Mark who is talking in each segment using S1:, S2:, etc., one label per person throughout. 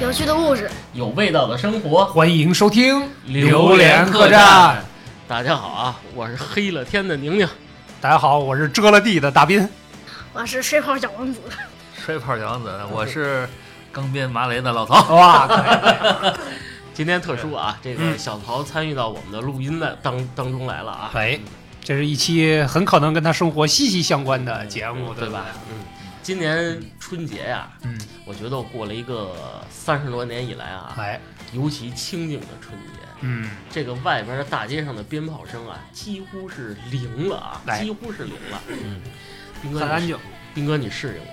S1: 有趣的故事，
S2: 有味道的生活，
S3: 欢迎收听《
S2: 榴
S3: 莲
S2: 莲
S3: 客
S2: 客
S3: 栈
S2: 栈》。大家好啊，我是黑了天的宁宁，
S3: 大家好，我是遮了地的大斌。
S1: 我是水泡小王子。
S4: 摔炮小王子， 我是钢鞭麻雷的老曹。
S3: 哇， 可
S2: 今天特殊啊，这个
S3: 嗯
S2: 小曹参与到我们的录音的当当中来了啊，
S3: 以哎，这是一期很可能跟他生活息息相关的节目，
S2: 嗯对
S3: 吧？？
S2: 嗯，今年春节呀、
S3: 嗯，
S2: 我觉得我过了一个三十多年以来啊，
S3: 哎，
S2: 尤其清静的春节，
S3: 嗯，
S2: 这个外边的大街上的鞭炮声啊，几乎是零了啊，
S3: 哎
S2: 几乎是零了。嗯，斌
S3: 很
S2: 哥，
S3: 安
S2: 你
S3: 静。
S2: 斌哥你适应吗？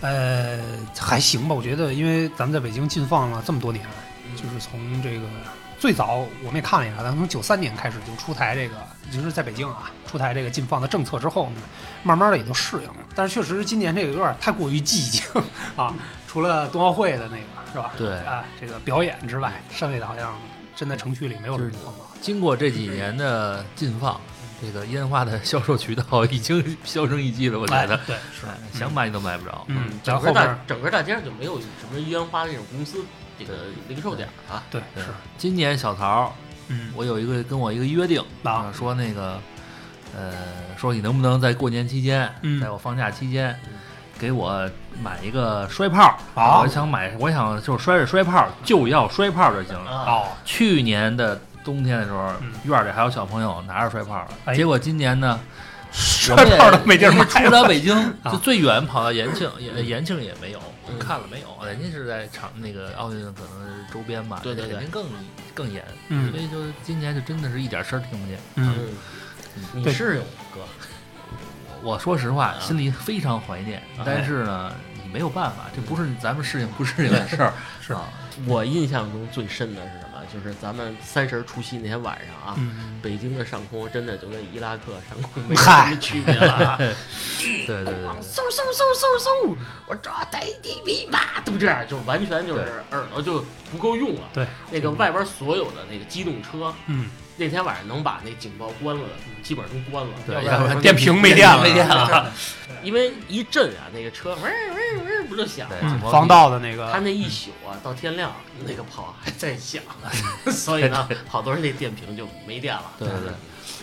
S3: 呃，还行吧，我觉得，因为咱们在北京禁放了这么多年，
S2: 嗯
S3: 就是从这个最早我们也看了一下，咱们从九三年开始就出台这个，就是在北京啊出台这个禁放的政策之后呢，慢慢的也都适应了。但是确实今年这个有点太过于寂静 啊，除了冬奥会的那个是吧？
S4: 对，
S3: 啊，这个表演之外，剩下的好像真的城区里没有什么放了。
S4: 经过这几年的禁放，这个烟花的销售渠道已经销声匿迹了，我觉
S3: 哎
S4: 得，
S3: 对，是，
S4: 哎想买你都买不着。
S3: 嗯，然
S2: 整
S3: 后
S2: 个
S3: 后
S2: 大
S3: 边
S2: 整个大街上就没有什么烟花那种公司这个零售点啊。
S3: 对
S4: 对
S3: 是，
S4: 嗯今年小曹，
S3: 嗯，
S4: 我有一个跟我一个约定
S3: 啊
S4: 呃说那个，呃，说你能不能在过年期间，
S3: 嗯
S4: 在我放假期间
S2: 嗯。
S4: 给我买一个摔炮，
S3: 好
S4: 我想买，我想就是摔着摔炮，就要摔炮就行了。
S2: 啊，
S3: 哦，
S4: 去年的冬天的时候
S3: 嗯，
S4: 院里还有小朋友拿着摔炮了
S3: 哎
S4: 结果今年呢，
S3: 摔
S4: 我们也
S3: 炮都没地儿买
S4: 人家出不了北京，
S3: 啊
S4: 就最远跑到延庆，也延庆也没有，
S2: 嗯
S4: 我看了没有？人家是在场那个奥运可能是周边吧，
S2: 对对对
S4: 肯定更更严，
S3: 嗯
S4: 所以就今年就真的是一点声儿听不见。
S3: 嗯，
S2: 嗯，你
S3: 对
S2: 适应吗哥？
S4: 我说实话，
S2: 啊
S4: 心里非常怀念
S2: 哎，
S4: 但是呢，你没有办法，这不是咱们适应不适应的事儿，
S3: 是
S4: 啊，
S2: 我印象中最深的是什么？就是咱们三十儿除夕那天晚上啊，
S3: 嗯，
S2: 北京的上空真的就跟伊拉克上空没什
S3: 嗨
S2: 么区别了 啊！
S4: 对对对对。
S2: 嗖嗖嗖嗖嗖，我抓逮地匹马，都这样，就完全就是耳朵就不够用了。
S3: 对，
S2: 那个外边所有的那个机动车，
S3: 嗯，
S2: 那天晚上能把那警报关了的，基本上都关了。
S4: 对
S2: 要
S4: 要不
S2: 然
S4: 然
S3: 电瓶没电了，
S4: 没电
S3: 了，
S2: 啊 因为一震啊，那个车嗡嗡嗡不就响
S4: 对
S2: 了？
S3: 嗯，防盗的那个，
S2: 他那一宿啊，到天亮那个炮还在响，啊 所以呢，好多人那电瓶就没电了。
S4: 对对嗯对，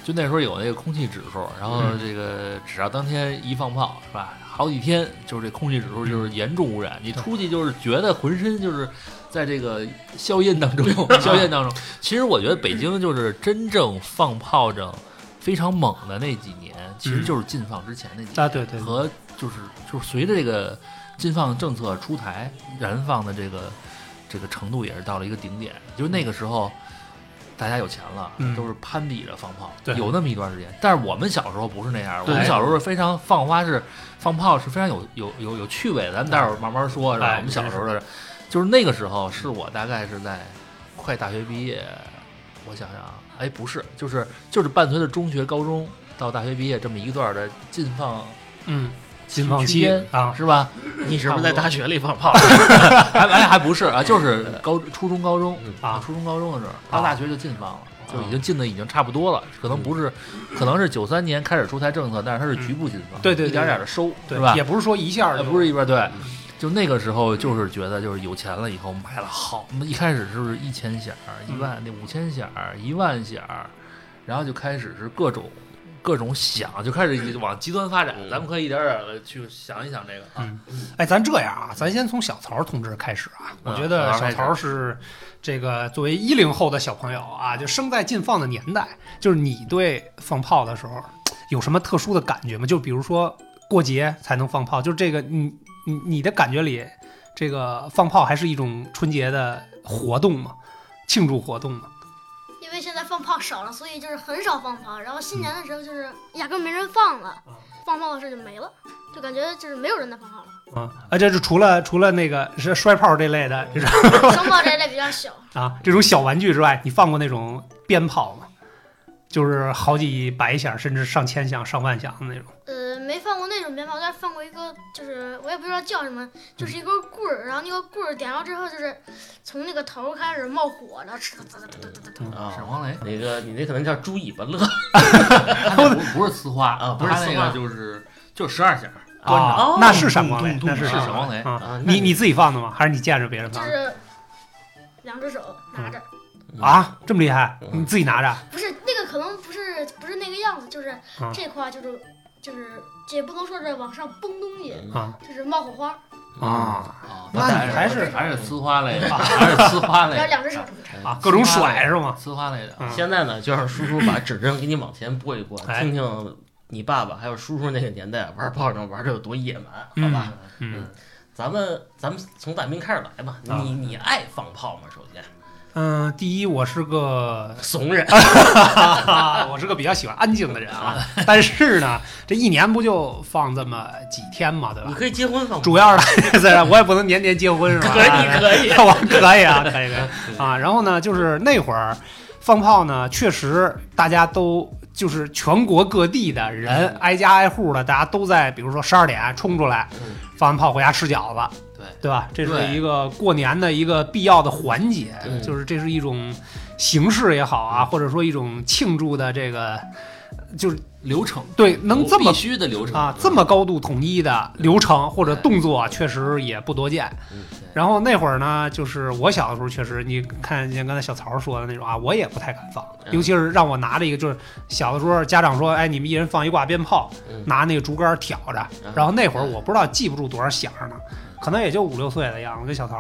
S4: 就那时候有那个空气指数，然后这个只要当天一放炮，是吧？好几天就是这空气指数就是严重污染，你出去就是觉得浑身就是在这个硝烟当 中，硝烟当中。其实我觉得北京就是真正放炮仗非常猛的那几年，其实就是禁放之前那几年
S3: 啊，对对，对
S4: 和就是就是随着这个禁放政策出台，燃放的这个这个程度也是到了一个顶点。就是那个时候，大家有钱了，
S3: 嗯
S4: 都是攀比着放炮，
S3: 对
S4: 有那么一段时间。但是我们小时候不是那样，我
S2: 对
S4: 们小时候是非常放花是放炮是非常有有有有趣味的。咱们待会儿慢慢说，是吧？
S3: 哎
S4: 我们小时候的，就是那个时候是我大概是在快大学毕业，我想想啊，哎，不是，就是就是伴随着中学、高中。到大学毕业这么一段的禁放
S3: 嗯，禁放
S4: 区
S3: 期
S4: 间
S3: 啊，
S4: 是吧？
S2: 你是不是在大学里放炮？
S4: 还哎还不是啊，就是高初中高中
S2: 嗯
S3: 啊
S4: 初中高中的时候，到大学就禁放了，就已经禁的已经差不多了，可能不是，可能是九三年开始出台政策，但是它是局部禁放，
S3: 嗯对对对
S4: 一点点的收，
S3: 对
S4: 是吧
S3: 也？不是说一下
S4: 呃
S3: 就
S4: 不是一边儿对。就那个时候，就是觉得就是有钱了以后买了好，一开始是不是一千响儿、一万那五千响儿、一万响儿，然后就开始是各种各种响，就开始往极端发展。
S2: 嗯
S4: 咱们可以一点点的去想一想这个啊，
S3: 嗯，哎，咱这样啊，咱先从小曹同志开始啊。我觉得小曹是这个作为一零后的小朋友啊，就生在禁放的年代，就是你对放炮的时候有什么特殊的感觉吗？就比如说过节才能放炮，就是这个你你你的感觉里，这个放炮还是一种春节的活动吗？庆祝活动吗？
S1: 因为现在放炮少了，所以就是很少放炮。然后新年的时候就是压根没人放了，放炮的事就没了，就感觉就是没有人在放炮了。
S3: 啊啊，这是除了除了那个是摔炮这类的这种
S1: 双炮这一类比较小，
S3: 啊，这种小玩具之外，你放过那种鞭炮吗？就是好几百响，甚至上千响、上万响的那种。
S1: 呃，没放过那种鞭炮，但是放过一个，就是我也不知道叫什么，就是一根棍儿，然后那个棍儿点着之后，就是从那个头儿开始冒火，然后呲呲呲呲呲呲呲。
S2: 啊
S4: 闪光雷。
S2: 那个你那可能叫猪尾巴乐
S4: 他那不不是呲花
S2: 啊不是
S4: 他那
S2: 呲花
S4: 个就是就十二响，
S2: 关着
S3: 啊
S2: 哦
S3: 那是闪光雷
S4: 咚，咚
S3: 那
S4: 咚
S3: 是
S4: 是闪光雷
S3: 啊！
S2: 啊，那
S3: 你你自己放的吗？还是你见着别人
S1: 就
S3: 放的
S1: 是两只手拿着，
S3: 啊？这么厉害，
S2: 嗯
S3: 你自己拿着
S1: 不是那个可能不是不是那个样子，就是
S2: 啊
S3: 嗯
S1: 这块儿就是就是这也不能说是往上崩东西，
S4: 嗯
S3: 啊
S1: 就是冒火花，
S3: 啊
S4: 啊，
S3: 那你还
S4: 还
S3: 是
S4: 还是呲花类的，还是呲花类
S1: 然后
S4: 的，
S1: 两只手这么着，
S3: 啊！各种甩是吗？
S4: 呲花类的。
S3: 嗯
S2: 现在呢，就让叔叔 把指针给你往前拨一拨，
S3: 哎
S2: 听听你爸爸还有叔叔那个年代玩炮仗玩的有多野蛮，好吧？
S3: 嗯
S2: 咱们咱们从大兵开始来吧，
S3: 啊
S2: 你你爱放炮吗？首先，
S3: 嗯，第一，我是个
S2: 怂人，
S3: 啊，我是个比较喜欢安静的人啊，但是呢，这一年不就放这么几天嘛，对吧
S2: 你？可以结婚放炮，
S3: 主要是在这我也不能年年结婚是吧？
S2: 可以可 以，
S3: 我可以啊，可以可以啊。然后呢，就是那会儿放炮呢，确实大家都就是全国各地的人
S2: 嗯
S3: 挨家挨户的，大家都在，比如说十二点冲出来
S2: 嗯，
S3: 放完炮回家吃饺子，
S4: 对
S3: 对吧？这是
S4: 对
S3: 一个过年的一个必要的环节
S2: 对，
S3: 就是这是一种形式也好
S4: 嗯
S3: 啊，或者说一种庆祝的这个，就是
S4: 流程
S3: 对能这么
S4: 必须的流程
S3: 啊，这么高度统一的流程或者动作，确实也不多见。然后那会儿呢，就是我小的时候，确实你看像刚才小曹说的那种啊，我也不太敢放，
S2: 嗯
S3: 尤其是让我拿着一个，就是小的时候家长说，哎，你们一人放一挂鞭炮，
S2: 嗯
S3: 拿那个竹竿挑着。
S2: 嗯
S3: 然后那会儿我不知道记不住多少响呢，可能也就五六岁的样子，跟小曹。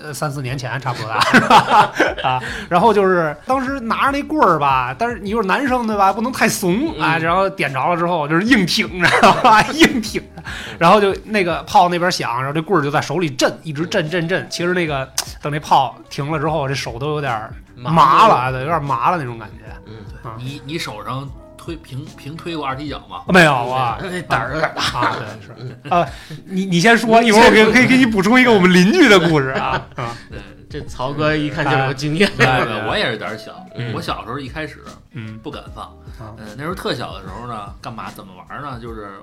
S3: 呃，三四年前差不多大，是 吧？啊，然后就是当时拿着那棍儿吧，但是你又是男生对吧，不能太怂
S2: 嗯
S3: 啊。然后点着了之后就是硬挺，你知道吧？ 硬挺着，然后就那个炮那边响，然后这棍儿就在手里震，一直震震震。其实那个等那炮停了之后，这手都有点儿麻了，对，有点儿麻了那种感觉。
S2: 嗯，
S4: 你你手上推平平推过二踢脚吗？
S3: 没有啊
S2: 那胆儿有点大，
S3: 啊，对是啊，你你先说，一会儿我给可以给你补充一个我们邻居的故事啊啊，
S4: 对，
S2: 这曹哥一看就是有经验，
S4: 对
S3: 对
S4: 对，我也是胆儿小
S2: 嗯。
S4: 我小时候一开始
S3: 嗯
S4: 不敢放，
S3: 啊
S4: 嗯，那时候特小的时候呢，干嘛怎么玩呢？就是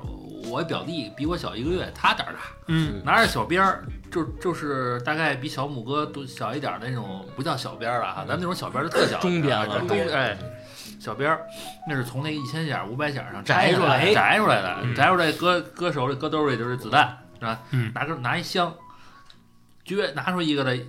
S4: 我表弟比我小一个月，他胆儿大，
S3: 嗯
S4: 拿着小鞭儿，就就是大概比小拇哥多小一点儿那种，不叫小鞭儿了哈，咱们那种小鞭儿是特小的，
S2: 中鞭了
S4: 中
S2: 对
S4: 哎，小鞭儿那是从那一千响、五百响上
S2: 摘
S4: 摘出
S2: 来
S4: 来、摘出来的
S3: 嗯，
S4: 摘出来搁搁手里、搁兜里就是子弹是吧？
S3: 嗯
S4: 拿个拿一箱，撅拿出一个来。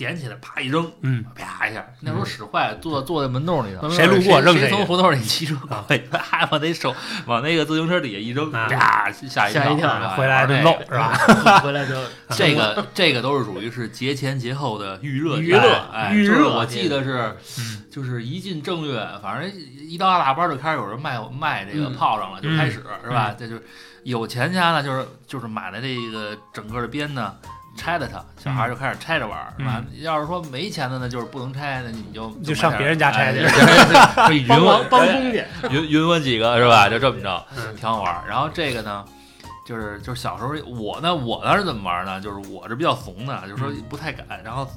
S4: 点起来，啪一扔，
S3: 嗯
S4: 啪一下。那时候使坏，坐坐在门洞里头，
S3: 谁路过扔
S4: 谁
S3: 谁
S4: 从胡同里骑车过来， 啪往那手往那个自行车底下一扔，
S3: 啊
S4: 啪吓一
S2: 吓一
S4: 跳是
S2: 跳
S4: 吧，哎
S3: 回来
S4: 玩
S3: 就
S4: 那
S3: 漏
S4: 个
S3: 是吧？
S2: 回来就
S3: 啊
S4: 这个这个都是属于是节前节后的预热
S2: 娱乐
S4: 哎，
S2: 预热
S4: 就是我记得是
S3: 嗯，
S4: 就是一进正月，反正一到大班就开始有人卖卖这个炮仗了，就
S3: 嗯
S4: 开始是吧？这就是有钱家呢，就是就是买的这个整个的鞭呢。拆了它，小孩就开始拆着玩儿，是吧？要是说没钱的呢，就是不能拆的，你就
S3: 嗯就上别人家拆去
S4: 去，哎
S3: 嗯
S4: 就就
S2: 帮
S4: 云我
S2: 忙帮工
S3: 哎
S2: 去，
S4: 云云我几个是吧？就这么着
S3: 嗯，
S4: 挺好玩儿。然后这个呢，就是就是小时候我呢，我呢是怎么玩儿呢？就是我是比较怂的，就是说不太敢，然后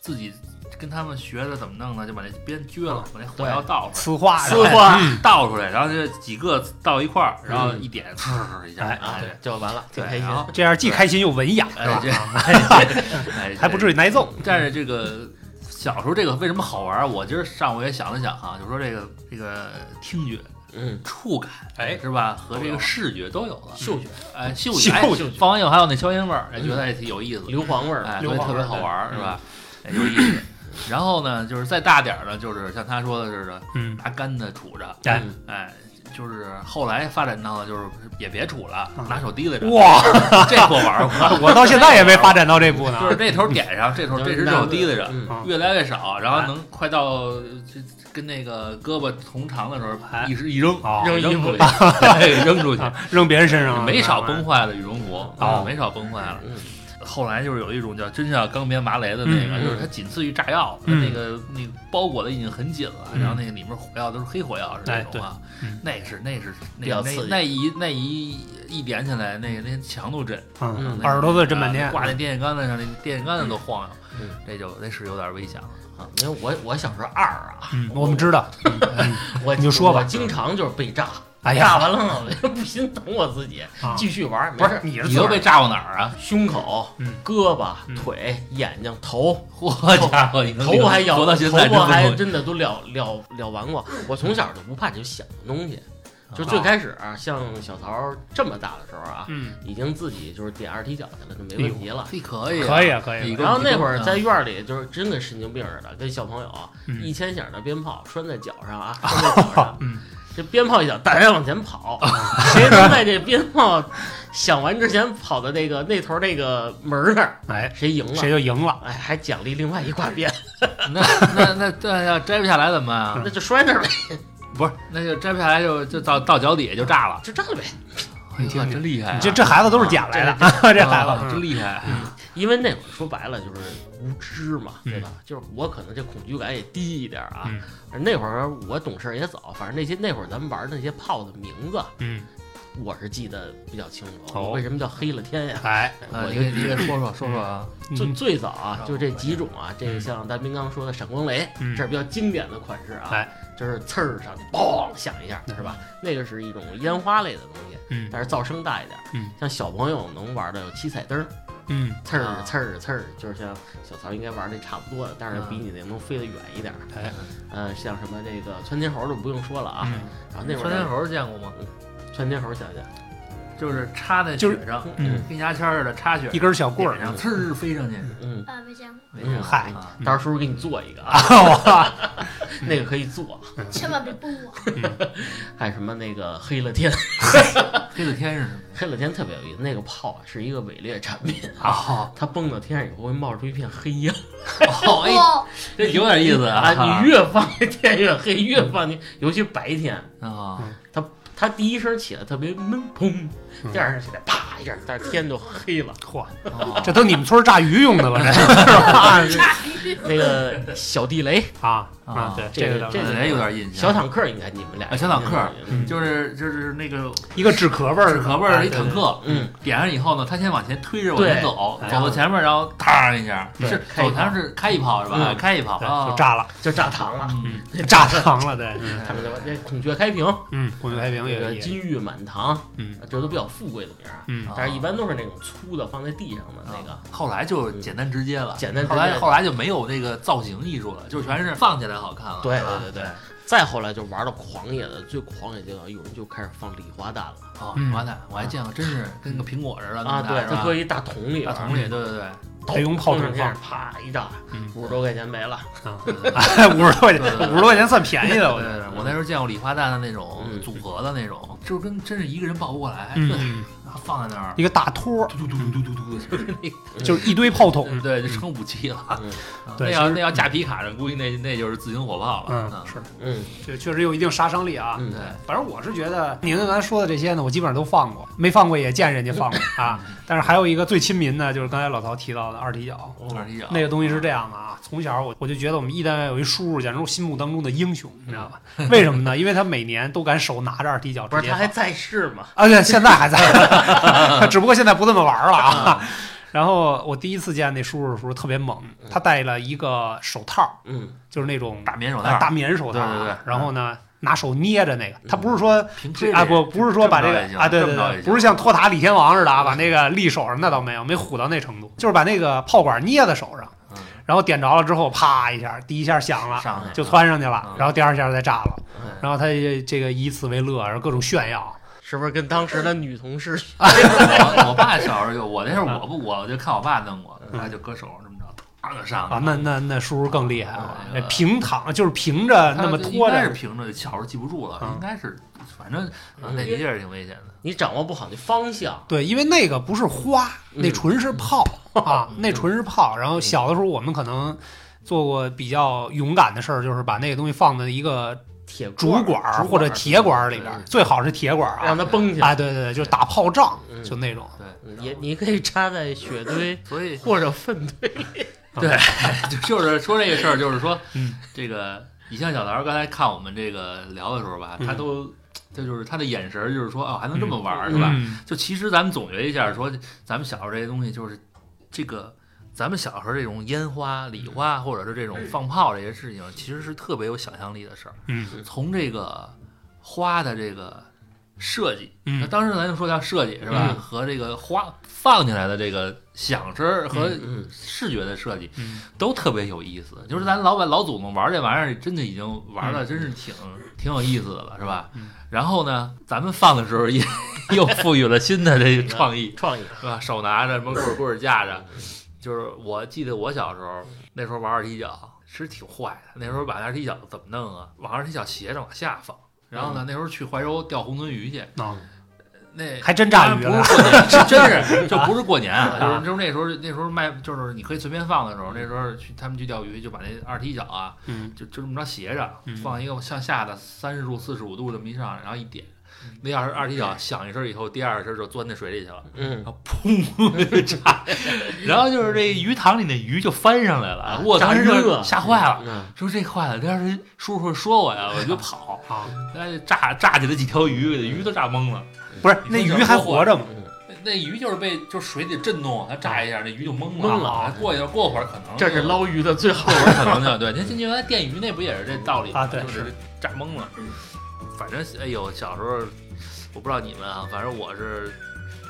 S4: 自己跟他们学着怎么弄呢，就把那鞭撅了，把那火药倒出来。
S3: 呲花
S2: 呲花
S3: 嗯
S4: 倒出来，然后就几个到一块儿，然后一点，呲一下，
S2: 啊
S4: 哎，，
S2: 就完了，挺
S4: 对，
S2: 开心
S4: 然。后
S3: 这样既开心又文雅是
S4: 哎
S3: 吧？
S4: 这，哎
S3: 还不至于挨揍，
S4: 但是这个小时候这个为什么好玩儿？我今儿上午也想了想啊，就说这个这个听觉
S2: 嗯，
S4: 触感，
S3: 哎
S4: 是吧？和
S2: 都
S4: 这
S2: 有
S4: 个
S2: 了
S4: 视觉都有了，
S2: 嗅觉，
S4: 哎，嗅
S3: 嗅
S4: 觉，哎
S2: 觉
S4: 放完以后还有那消烟味儿，哎，
S2: 嗯
S4: 觉得哎挺有意思，
S2: 硫磺味儿，
S4: 哎，
S3: 硫
S4: 对，
S3: 磺
S4: 特
S3: 味
S4: 别
S3: 儿嗯
S4: 好玩儿，
S2: 对
S4: 是吧？哎有意思。然后呢，就是再大点儿的，就是像他说的似的，
S3: 嗯，
S4: 拿杆子杵着，
S3: 哎
S2: 嗯
S4: 哎，就是后来发展到了就是也别杵了
S3: 嗯，
S4: 拿手提溜着，
S3: 哇，
S4: 这我玩儿过，
S3: 我到现在也没发展到这步呢
S4: 就是这头点上，这头这只手提溜着，
S2: 嗯
S4: 越来越少，然
S2: 哎
S4: 后能快到呃这跟那个胳膊同长的时候，
S3: 哎
S4: 一时一扔
S3: 哦，
S4: 扔出去， 哎扔出去，
S3: 啊，扔别人身上了
S4: 没少崩坏了羽绒服啊
S3: 哦
S4: 没少崩坏了。
S2: 嗯
S4: 后来就是有一种叫真叫钢鞭麻雷的那个，
S3: 嗯
S4: 就是它仅次于炸药，它
S3: 嗯
S4: 那个那个包裹的已经很紧了，
S3: 嗯
S4: 然后那个里面火药都是黑火药是那
S3: 哎对
S4: 种啊，
S3: 嗯
S4: 那个是那是那
S2: 比较
S4: 那
S2: 刺激
S4: 那一那一一点起来，那个那强度震，
S3: 嗯
S2: 嗯
S3: 耳朵都震半天
S4: 啊，挂那电线杆子上，那电线杆子都晃悠
S2: 嗯，
S4: 这就那是有点危险了。
S2: 啊，因为我我小时候二啊，
S3: 嗯，我们知道，嗯嗯
S2: 我
S3: 你就说吧
S2: 我经常就是被炸，
S3: 哎
S2: 炸
S3: 呀
S2: 完了呢，我就不心疼我自己，
S3: 啊
S2: 继续玩儿，没
S3: 不
S2: 事
S3: 是
S2: 儿。
S3: 你是
S4: 你
S3: 自个
S4: 都
S3: 儿
S4: 被炸过哪儿 啊？
S2: 胸口
S3: 嗯、
S2: 胳膊
S3: 嗯、
S2: 腿、眼睛、头，
S4: 嚯家伙，你能
S2: 头还咬，
S4: 活到现在
S2: 头
S4: 真
S2: 发
S4: 不容易
S2: 还真的都了了了完过。我从小就不怕这些响的东西，就最开始啊、像小曹这么大的时候啊，
S3: 嗯，
S2: 已经自己就是点二踢脚去了，就
S3: 哎
S2: 没
S3: 呦
S2: 问题了。
S4: 嘿，可以啊，
S3: 可以啊，可以
S4: 一
S3: 啊，
S4: 个
S2: 然后那会儿在院儿里就是真跟神经病似的，跟小朋友啊
S3: 嗯
S2: 一千响的鞭炮拴在脚上 啊，拴在脚上，
S3: 嗯，
S2: 这鞭炮一响，大家往前跑，谁能在这鞭炮响完之前跑到那个那头那个门儿那儿，
S3: 哎，
S2: 谁赢了，
S3: 谁就赢了。
S2: 哎，还奖励另外一挂鞭，
S4: 那那那那要摘不下来怎么 办啊？
S2: 那就摔那儿呗，
S4: 不是，那就摘不下来就就到到脚底下就炸了。
S2: 就这样呗。
S4: 哎
S3: 你听
S4: 呀，
S3: 听
S4: 真厉害啊！
S3: 你这这孩子都是捡来的， 这孩
S4: 啊
S3: 子
S4: 真厉害。
S2: 因为那会儿说白了就是无知嘛，对吧？就是我可能这恐惧感也低一点啊。
S3: 嗯
S2: 而那会儿我懂事儿也早，反正那些那会儿咱们玩的那些炮的名字，
S3: 嗯，
S2: 我是记得比较清楚。
S3: 哦
S2: 为什么叫黑了天呀？
S3: 哎，
S4: 啊，
S2: 我
S4: 你
S2: 就
S4: 给你给说说说说啊，
S2: 最
S3: 嗯
S2: 最早啊
S4: 嗯，
S2: 就这几种啊，这个像大兵刚说的闪光雷，
S3: 嗯
S2: 这是比较经典的款式啊，
S3: 哎
S2: 就是刺儿上嘣响一下，是吧？那个是一种烟花类的东西，
S3: 嗯
S2: 但是噪声大一点。
S3: 嗯，
S2: 像小朋友能玩的有七彩灯儿，
S3: 嗯，
S2: 刺
S4: 啊
S2: 儿刺儿刺儿，就是像小曹应该玩的差不多的，但是
S4: 啊
S2: 比你那能飞得远一点。
S3: 哎，
S2: 呃，像什么这个窜天猴就不用说了啊，
S3: 嗯
S2: 然后那会儿
S4: 窜天猴见过吗？
S2: 窜天猴想想，
S4: 就是插在
S3: 就是
S4: 雪上，
S3: 嗯
S4: 跟牙签儿似的插雪，
S3: 一根小棍
S4: 点
S3: 儿，
S4: 上，呲儿飞上去。
S2: 嗯，
S1: 啊，没见过，
S4: 没见过
S3: 嗨
S4: 啊
S2: 到时候叔叔给你做一个 啊， 那个可以做，
S1: 千万别崩我。
S2: 还有什么那个黑了天。
S4: 黑子天是 什么？
S2: 黑了天特别有意思，那个炮啊是一个伪劣产品啊，
S3: 啊，
S2: 它蹦到天上以后会冒出一片黑烟，
S4: 哦， 哎，
S1: 哇，
S4: 这有点意思
S2: 啊！
S4: 啊
S2: 你越放这天越黑，越放你，尤其白天，
S4: 啊！
S2: 它第一声起来特别闷，砰，
S3: 嗯
S2: 第二声起来啪一下，但是天就黑 了。
S3: 嚯，
S4: 哦
S3: 这都你们村儿炸鱼用的吧？ 这
S4: 哎
S2: 那个小地雷，
S3: 啊
S4: 啊
S3: 啊，对，
S2: 这
S3: 这
S2: 个
S3: 个倒是
S2: 这个
S4: 哎有点印
S2: 小
S4: 象。
S2: 坦克应该你们俩
S4: 啊小坦克
S2: 嗯
S4: 就是就是那个
S3: 一个纸壳味儿，
S4: 纸壳味儿
S3: 啊
S4: 一坦，克，
S2: 嗯，
S4: 点上以后呢，他先往前推着往前
S2: 对
S4: 走，
S3: 哎
S4: 走到前面，然后嘡一下，
S2: 对
S4: 是
S2: 开一
S4: 走
S2: 炮
S4: 前是开一炮是吧？
S2: 嗯
S4: 开一炮
S3: 对对
S4: 啊，
S3: 就炸了，
S2: 就炸膛了。
S4: 嗯
S3: 炸膛了，对，嗯
S2: 他们就把这孔雀开屏，
S3: 嗯，滚开瓶
S2: 这个
S3: 也也，
S2: 金玉满堂，
S3: 嗯
S2: 这都比较富贵的名儿，
S3: 嗯
S4: 啊
S2: 但是一般都是那种粗的放在地上的那个。
S4: 后来就简单直接了，
S2: 简单直
S4: 嗯后
S2: 接
S4: 来后来就没有这个造型艺术了，就全是放起来好看了。
S2: 对
S4: 是吧
S2: 对对对再后来就玩到狂野的，最狂野阶段，有人就开始放礼花弹了
S4: 哦
S3: 嗯，
S4: 完蛋，我还见过，真是跟个苹果似的
S2: 啊！对，他
S4: 他
S2: 搁一大桶里边
S4: 大
S2: 儿，
S4: 桶里，对对对
S2: 咚
S3: 还用炮
S2: 扔
S3: 筒
S2: 上天啪一炸
S3: 嗯，
S2: 五十多块钱没了。
S3: 哎， 五十多块钱，
S4: 对对对
S3: 五十多块钱算便宜的，我
S4: 对
S3: 觉得，
S4: 对，我那时候见过礼花弹的那种
S2: 嗯
S4: 组合的那种，就跟真是一个人抱不过来，
S3: 嗯
S4: 对，
S3: 嗯，
S4: 然后放在那儿，
S3: 一个大托儿，
S4: 嘟嘟嘟嘟嘟嘟嘟，就是那个
S3: 就是一堆炮筒，
S4: 嗯对，就成武器了。
S2: 嗯
S4: 啊
S3: 对
S4: 那
S3: 其
S4: 要
S3: 实
S4: 那要架皮卡上，估计那那就是自行火炮了。啊
S3: 嗯，是，
S2: 嗯
S3: 这确实有一定杀伤力啊，
S2: 嗯，
S4: 对，
S3: 反正我是觉得您刚才说的这些呢，我基本上都放过，没放过也见人家放过 啊。但是还有一个最亲民的，就是刚才老曹提到的二踢脚。
S4: 二踢脚
S3: 哦那个东西是这样的啊，从小我我就觉得我们一单位有一叔叔，简直是我心目当中的英雄，你知道吧？ 为什么呢？因为他每年都敢手拿着二踢脚
S2: 不
S3: 直
S2: 是
S3: 接
S2: 他
S3: 放
S2: 还在世嘛？
S3: 啊，对，现在还在，他只不过现在不 这么玩了啊。 然后我第一次见那叔叔的时候特别猛，
S4: 嗯
S3: 他戴了一个手套，
S2: 嗯，
S3: 就是那种
S4: 大棉手
S3: 哎
S4: 套，
S3: 大棉手套啊，
S4: 对对对嗯
S3: 然后呢拿手捏着那个，他不是说
S4: 平
S3: 这
S4: 时
S3: 啊，不不是说把这
S4: 这么着也
S3: 个
S4: 行
S3: 啊，对
S4: 这
S3: 对
S4: 么着也
S3: 对，
S4: 行
S3: 不是像托塔李天王似的啊，把那个立手上那倒没有，没虎到那程度，就是把那个炮管捏在手上，
S4: 嗯
S3: 然后点着了之后，啪一下，第一下响了，
S4: 上去
S3: 就窜上去了
S4: 嗯，
S3: 然后第二下再炸了，
S2: 嗯
S3: 然后他也这个以此为乐，然后各种炫耀，
S2: 是不是跟当时的女同事？
S4: 我我爸小时候就我那时候
S3: 嗯
S4: 我不我就看我爸弄过，他就搁手上这么着，当就上去
S3: 啊，那那那叔叔更厉害了，
S4: 哎
S3: 那
S4: 呀
S3: 平躺就是平着那么
S4: 他
S3: 拖
S4: 应该是
S3: 着，
S4: 平着，小时候记不住了，
S3: 嗯
S4: 应该是反正啊
S2: 嗯
S4: 那的确是挺危险的。
S2: 你掌握不好那方向，
S3: 对，因为那个不是花，
S2: 嗯
S3: 那纯是 炮啊
S4: 嗯，
S3: 那纯是炮。然后小的时候我们可能做过比较勇敢的事儿，就是把那个东西放在一个
S2: 铁
S3: 竹管儿或者铁管儿里边儿，最好是铁管儿
S2: 让
S3: 啊。
S2: 它崩起来。
S3: 啊，对对对，就是打炮仗，
S2: 嗯
S3: 就嗯那种。
S4: 对，
S2: 也你可以插在雪堆
S4: 所以
S2: 或者粪堆。
S4: 就就是说这个事儿，就是说
S3: 嗯，
S4: 这个你像小桃刚才看我们这个聊的时候吧，
S3: 嗯
S4: 他都他就是他的眼神儿就是说哦还能这么玩儿
S2: 嗯
S4: 是吧？
S3: 嗯？
S4: 就其实咱们总结一下，说咱们小时候这些东西，就是这个咱们小时候这种烟花、礼花，
S3: 嗯
S4: 或者是这种放炮这些事情，其实是特别有想象力的事儿。
S3: 嗯
S4: 从这个花的这个设计。那
S3: 嗯
S4: 当时咱就说叫设计是吧？
S3: 嗯
S4: 和这个花放进来的这个响声儿和
S2: 嗯，
S4: 视觉的设计
S3: 嗯
S4: 都特别有意思。就是咱老板老祖宗玩这玩意儿，真的已经玩的真是挺挺有意思的了，是吧
S3: 嗯？
S4: 然后呢，咱们放的时候 也又赋予了新的这个创意，
S2: 创意，
S4: 是吧？手拿着什么棍儿棍儿架着，就是我记得我小时候那时候玩二踢脚是挺坏的，那时候把二踢脚怎么弄啊？往二踢脚斜着往下放，然后呢，那时候去怀柔钓红鳟鱼去，
S3: 啊，
S4: 那
S3: 还真炸鱼
S4: 当然
S3: 了
S4: 不是过年，是真 是就不是过年啊，
S3: 啊
S4: 就是就是那时候那时候卖就是你可以随便放的时候，那时候去他们去钓鱼就把那二踢脚啊，
S3: 嗯
S4: 就就这么着斜着
S3: 嗯
S4: 放一个向下的三十度四十五度这么一上，然后一点，那要是二踢脚响一声以后，第二声就钻那水里去了，
S2: 嗯
S4: 然，后 砰就炸，然后就是这鱼塘里那鱼就翻上来
S3: 啊
S4: 了，我当时
S2: 炸晕
S4: 就
S2: 了
S4: 吓坏了。
S2: 嗯，
S4: 说这坏了，这要是叔叔说我呀，我 就跑，
S3: 啊，
S4: 那炸炸起来几条鱼，给鱼都炸懵了。
S3: 不是那鱼还活着吗？
S4: 那那鱼就是被就是水里震动，它炸一下，那鱼就懵了。
S2: 懵
S4: 啊
S2: 了
S4: 过一下，过会儿可能
S2: 这是，捞鱼的最好
S4: 过会儿可能就对。您原来电鱼那不也是这道理吗
S3: 啊对
S4: 就是炸懵了。
S3: 嗯
S4: 反正哎呦，小时候我不知道你们啊，反正我是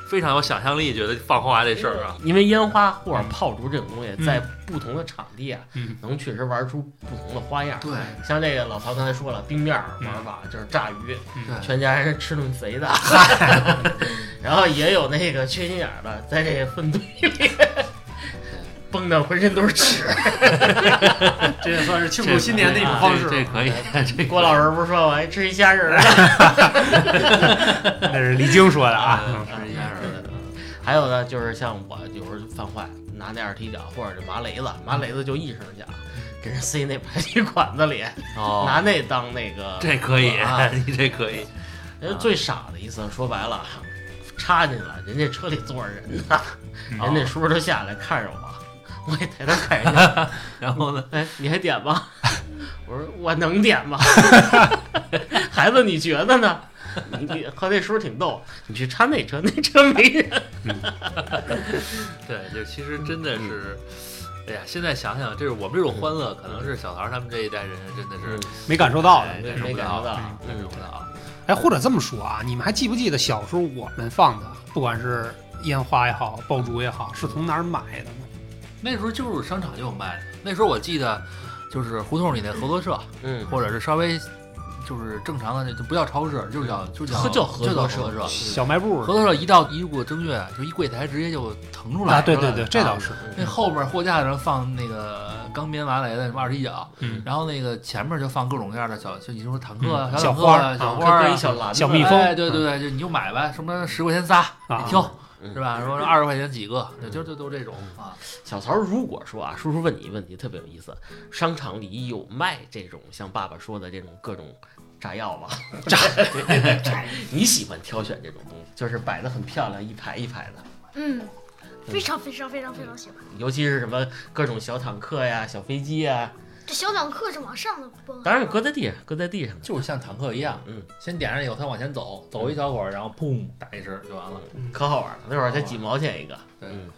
S4: 非常有想象力，觉得放花这事儿啊，
S2: 因为烟花或者炮竹这种东西，
S3: 嗯
S2: 在不同的场地啊，
S3: 嗯
S2: 能确实玩出不同的花样。
S4: 对
S2: 像这个老曹刚才说了，冰面儿玩
S3: 嗯
S2: 法就是炸鱼，
S4: 对
S2: 全家人吃顿肥 的，然后也有那个缺心眼儿的，在这个粪堆里 崩的浑身都是屎。
S3: 这也算是庆祝新年的一种方式。啊
S4: 这可以，这
S2: 郭老师不是说我还吃一虾仁儿吗？
S3: 那是李菁说的 啊。，
S4: 啊 是一样的。
S2: 还有呢，就是像我有时候犯坏，拿那二踢脚或者这麻雷子，麻雷子就一声响，给人塞那排气管子里，
S4: 嗯哦，
S2: 拿那当那个。
S4: 这可以
S2: 啊，
S4: 你这可以。
S2: 人家最傻的一次，说白了，插进来，人家车里坐着人呢，
S4: 哦
S2: 人家叔叔都下来看着我，我也抬头看人家，
S4: 然后呢？
S2: 哎，你还点吗？我说我能点吗？孩子，你觉得呢？你你和那叔挺逗，你去插那车，那车没人。
S4: 对，就其实真的是，哎呀，现在想想，这是我们这种欢乐，可能是小陶他们这一代人真的是
S3: 没感受到的
S4: 哎。
S2: 对
S4: 受
S2: 没
S4: 不
S2: 感受到
S4: 了，感受不到。
S3: 哎，或者这么说啊，你们还记不记得小时候我们放的，不管是烟花也好，爆竹也好，是从哪儿买的呢？
S4: 那时候就是商场就有卖的，那时候我记得就是胡同里那合作社，
S2: 嗯，
S4: 或者是稍微就是正常的那就不叫超市，就是叫就叫
S2: 喝叫
S4: 合
S2: 合
S4: 作
S2: 作
S4: 社。
S2: 社
S3: 小卖部
S4: 合作社一到一过正月，就一柜台直接就腾出来
S3: 啊，对
S4: 是
S3: 对
S4: 吧
S3: 对，这倒是，
S4: 那后面货架上放那个钢鞭麻雷的什么二踢脚，
S3: 嗯，
S4: 然后那个前面就放各种各样的小，就你说坦克啊、
S3: 嗯
S4: 坦
S3: 小
S4: 克
S3: 花
S4: 啊、
S3: 儿
S4: 小
S3: 啊
S4: 花儿
S2: 搁
S4: 啊
S2: 一小篮子，
S3: 小蜜蜂
S4: 哎，对对对，就你就买吧，什么十块钱仨，
S3: 啊
S4: 你挑
S2: 嗯
S4: 是吧？说二十块钱几个，
S2: 嗯
S4: 就就都这种啊。
S2: 小曹，如果说啊，叔叔问你一问题特别有意思，商场里有卖这种像爸爸说的这种各种炸药吗？炸，你喜欢挑选这种东西，就是摆的很漂亮，一排一排的，
S1: 嗯，非常非常非常非常喜欢。
S2: 尤其是什么各种小坦克呀、小飞机呀，
S1: 这小坦克是往上的啊蹦，
S2: 当然搁在地上，搁在地上。
S4: 就是像坦克一样，
S2: 嗯，
S4: 先点上以后，它往前走，走一小会儿，然后砰打一声就完了。
S2: 可好玩了，那会儿才几毛钱一个，
S4: 对
S2: 嗯，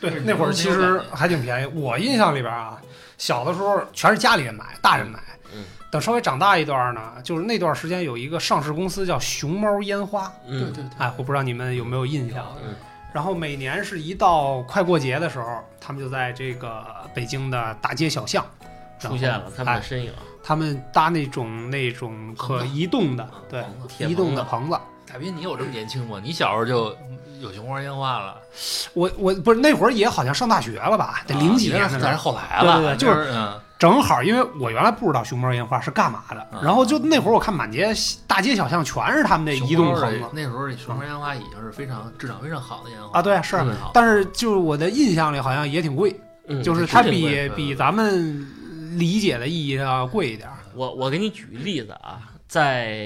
S3: 对，那会儿其实还挺便宜。我印象里边啊，小的时候全是家里人买，大人买。
S2: 嗯嗯
S3: 等稍微长大一段呢，就是那段时间有一个上市公司叫熊猫烟花，
S2: 嗯，
S4: 对
S3: 哎，我不知道你们有没有印象。
S2: 嗯
S3: 然后每年是一到快过节的时候，他们就在这个北京的大街小巷
S2: 出现了他们的
S3: 哎
S2: 身影，
S3: 他们搭那种那种可移动的，对，
S2: 嗯铁
S3: 哎
S2: 啊
S3: 移动的棚子。
S4: 大斌，你有这么年轻吗？你小时候就有熊花烟花了，
S3: 我我不是那会儿也好像上大学了吧，得零几
S4: 啊
S3: 年的
S4: 你那
S3: 时
S4: 是咱是
S3: 候，
S4: 后来了，
S3: 对对对就是
S4: 是嗯
S3: 正好因为我原来不知道熊猫烟花是干嘛的
S4: 啊，
S3: 然后就那会儿我看满街大街小巷全是他们那移动
S4: 熊猫
S3: 棚
S4: 的
S3: 子
S4: 那时候熊花烟花已经是非常质量非常好的烟花
S3: 啊，，对，是
S4: 特。别好。
S3: 但是就是我的印象里好像也挺贵，
S2: 嗯
S3: 就是
S2: 他
S3: 它
S4: 贵
S3: 比
S4: 嗯
S3: 比咱们理解的意义上要贵一点儿。
S2: 我我给你举个例子啊，在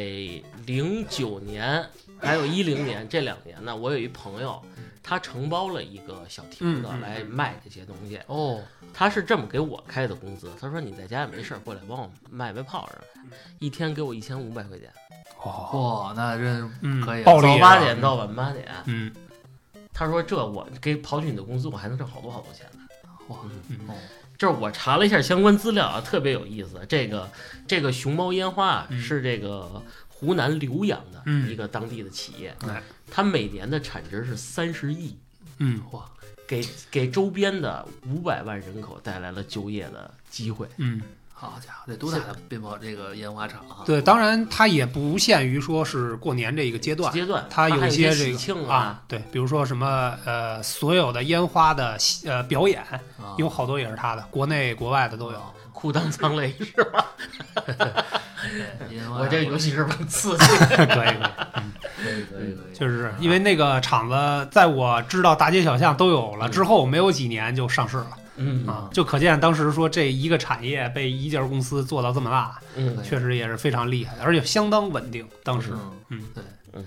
S2: 零九年还有一零年这两年呢，我有一朋友，他承包了一个小亭子
S3: 嗯嗯嗯
S2: 来卖这些东西。
S4: 哦，
S2: 他是这么给我开的工资，他说你在家也没事儿过来帮我卖卖炮仗来，
S3: 嗯
S2: 一天给我一千五百块钱，
S3: 哦，
S4: 哇，那真
S3: 嗯，
S4: 可以啊
S3: 暴力
S2: 早
S3: 是吧
S2: 八点，到晚八点。
S3: 嗯，
S2: 他说这我给刨去你的工资，我还能挣好多好多钱。
S4: 哇，哦
S2: 就是我查了一下相关资料啊，特别有意思。这个这个熊猫烟花啊，
S3: 嗯
S2: 是这个湖南浏阳的
S3: 嗯
S2: 一个当地的企业，
S3: 哎
S2: 它每年的产值是三十亿，
S3: 嗯
S2: 哇，给给周边的五百万人口带来了就业的机会。
S3: 嗯，
S4: 好家伙，这多大的鞭炮这个烟花厂啊！
S3: 对，当然它也不限于说是过年这一个阶段，
S2: 阶段，
S3: 它
S2: 它还有
S3: 有一些这
S2: 喜
S3: 个
S2: 庆
S3: 啊，对，比如说什么呃，所有的烟花的呃表演，
S4: 啊，
S3: 有好多也是它的，国内国外的都 有。
S2: 裤裆脏了一身。
S4: 烟花，
S2: 我这游戏是蛮刺 激。
S3: 可以可以，
S4: 可以可以可以，
S3: 就是因为那个厂子在我知道大街小巷都有了之后，没有几年就上市了
S2: 嗯
S3: 啊，就可见当时说这一个产业被一家公司做到这么大，
S2: 嗯，
S3: 确实也是非常厉害的，而且相当稳定。当时，
S4: 嗯对。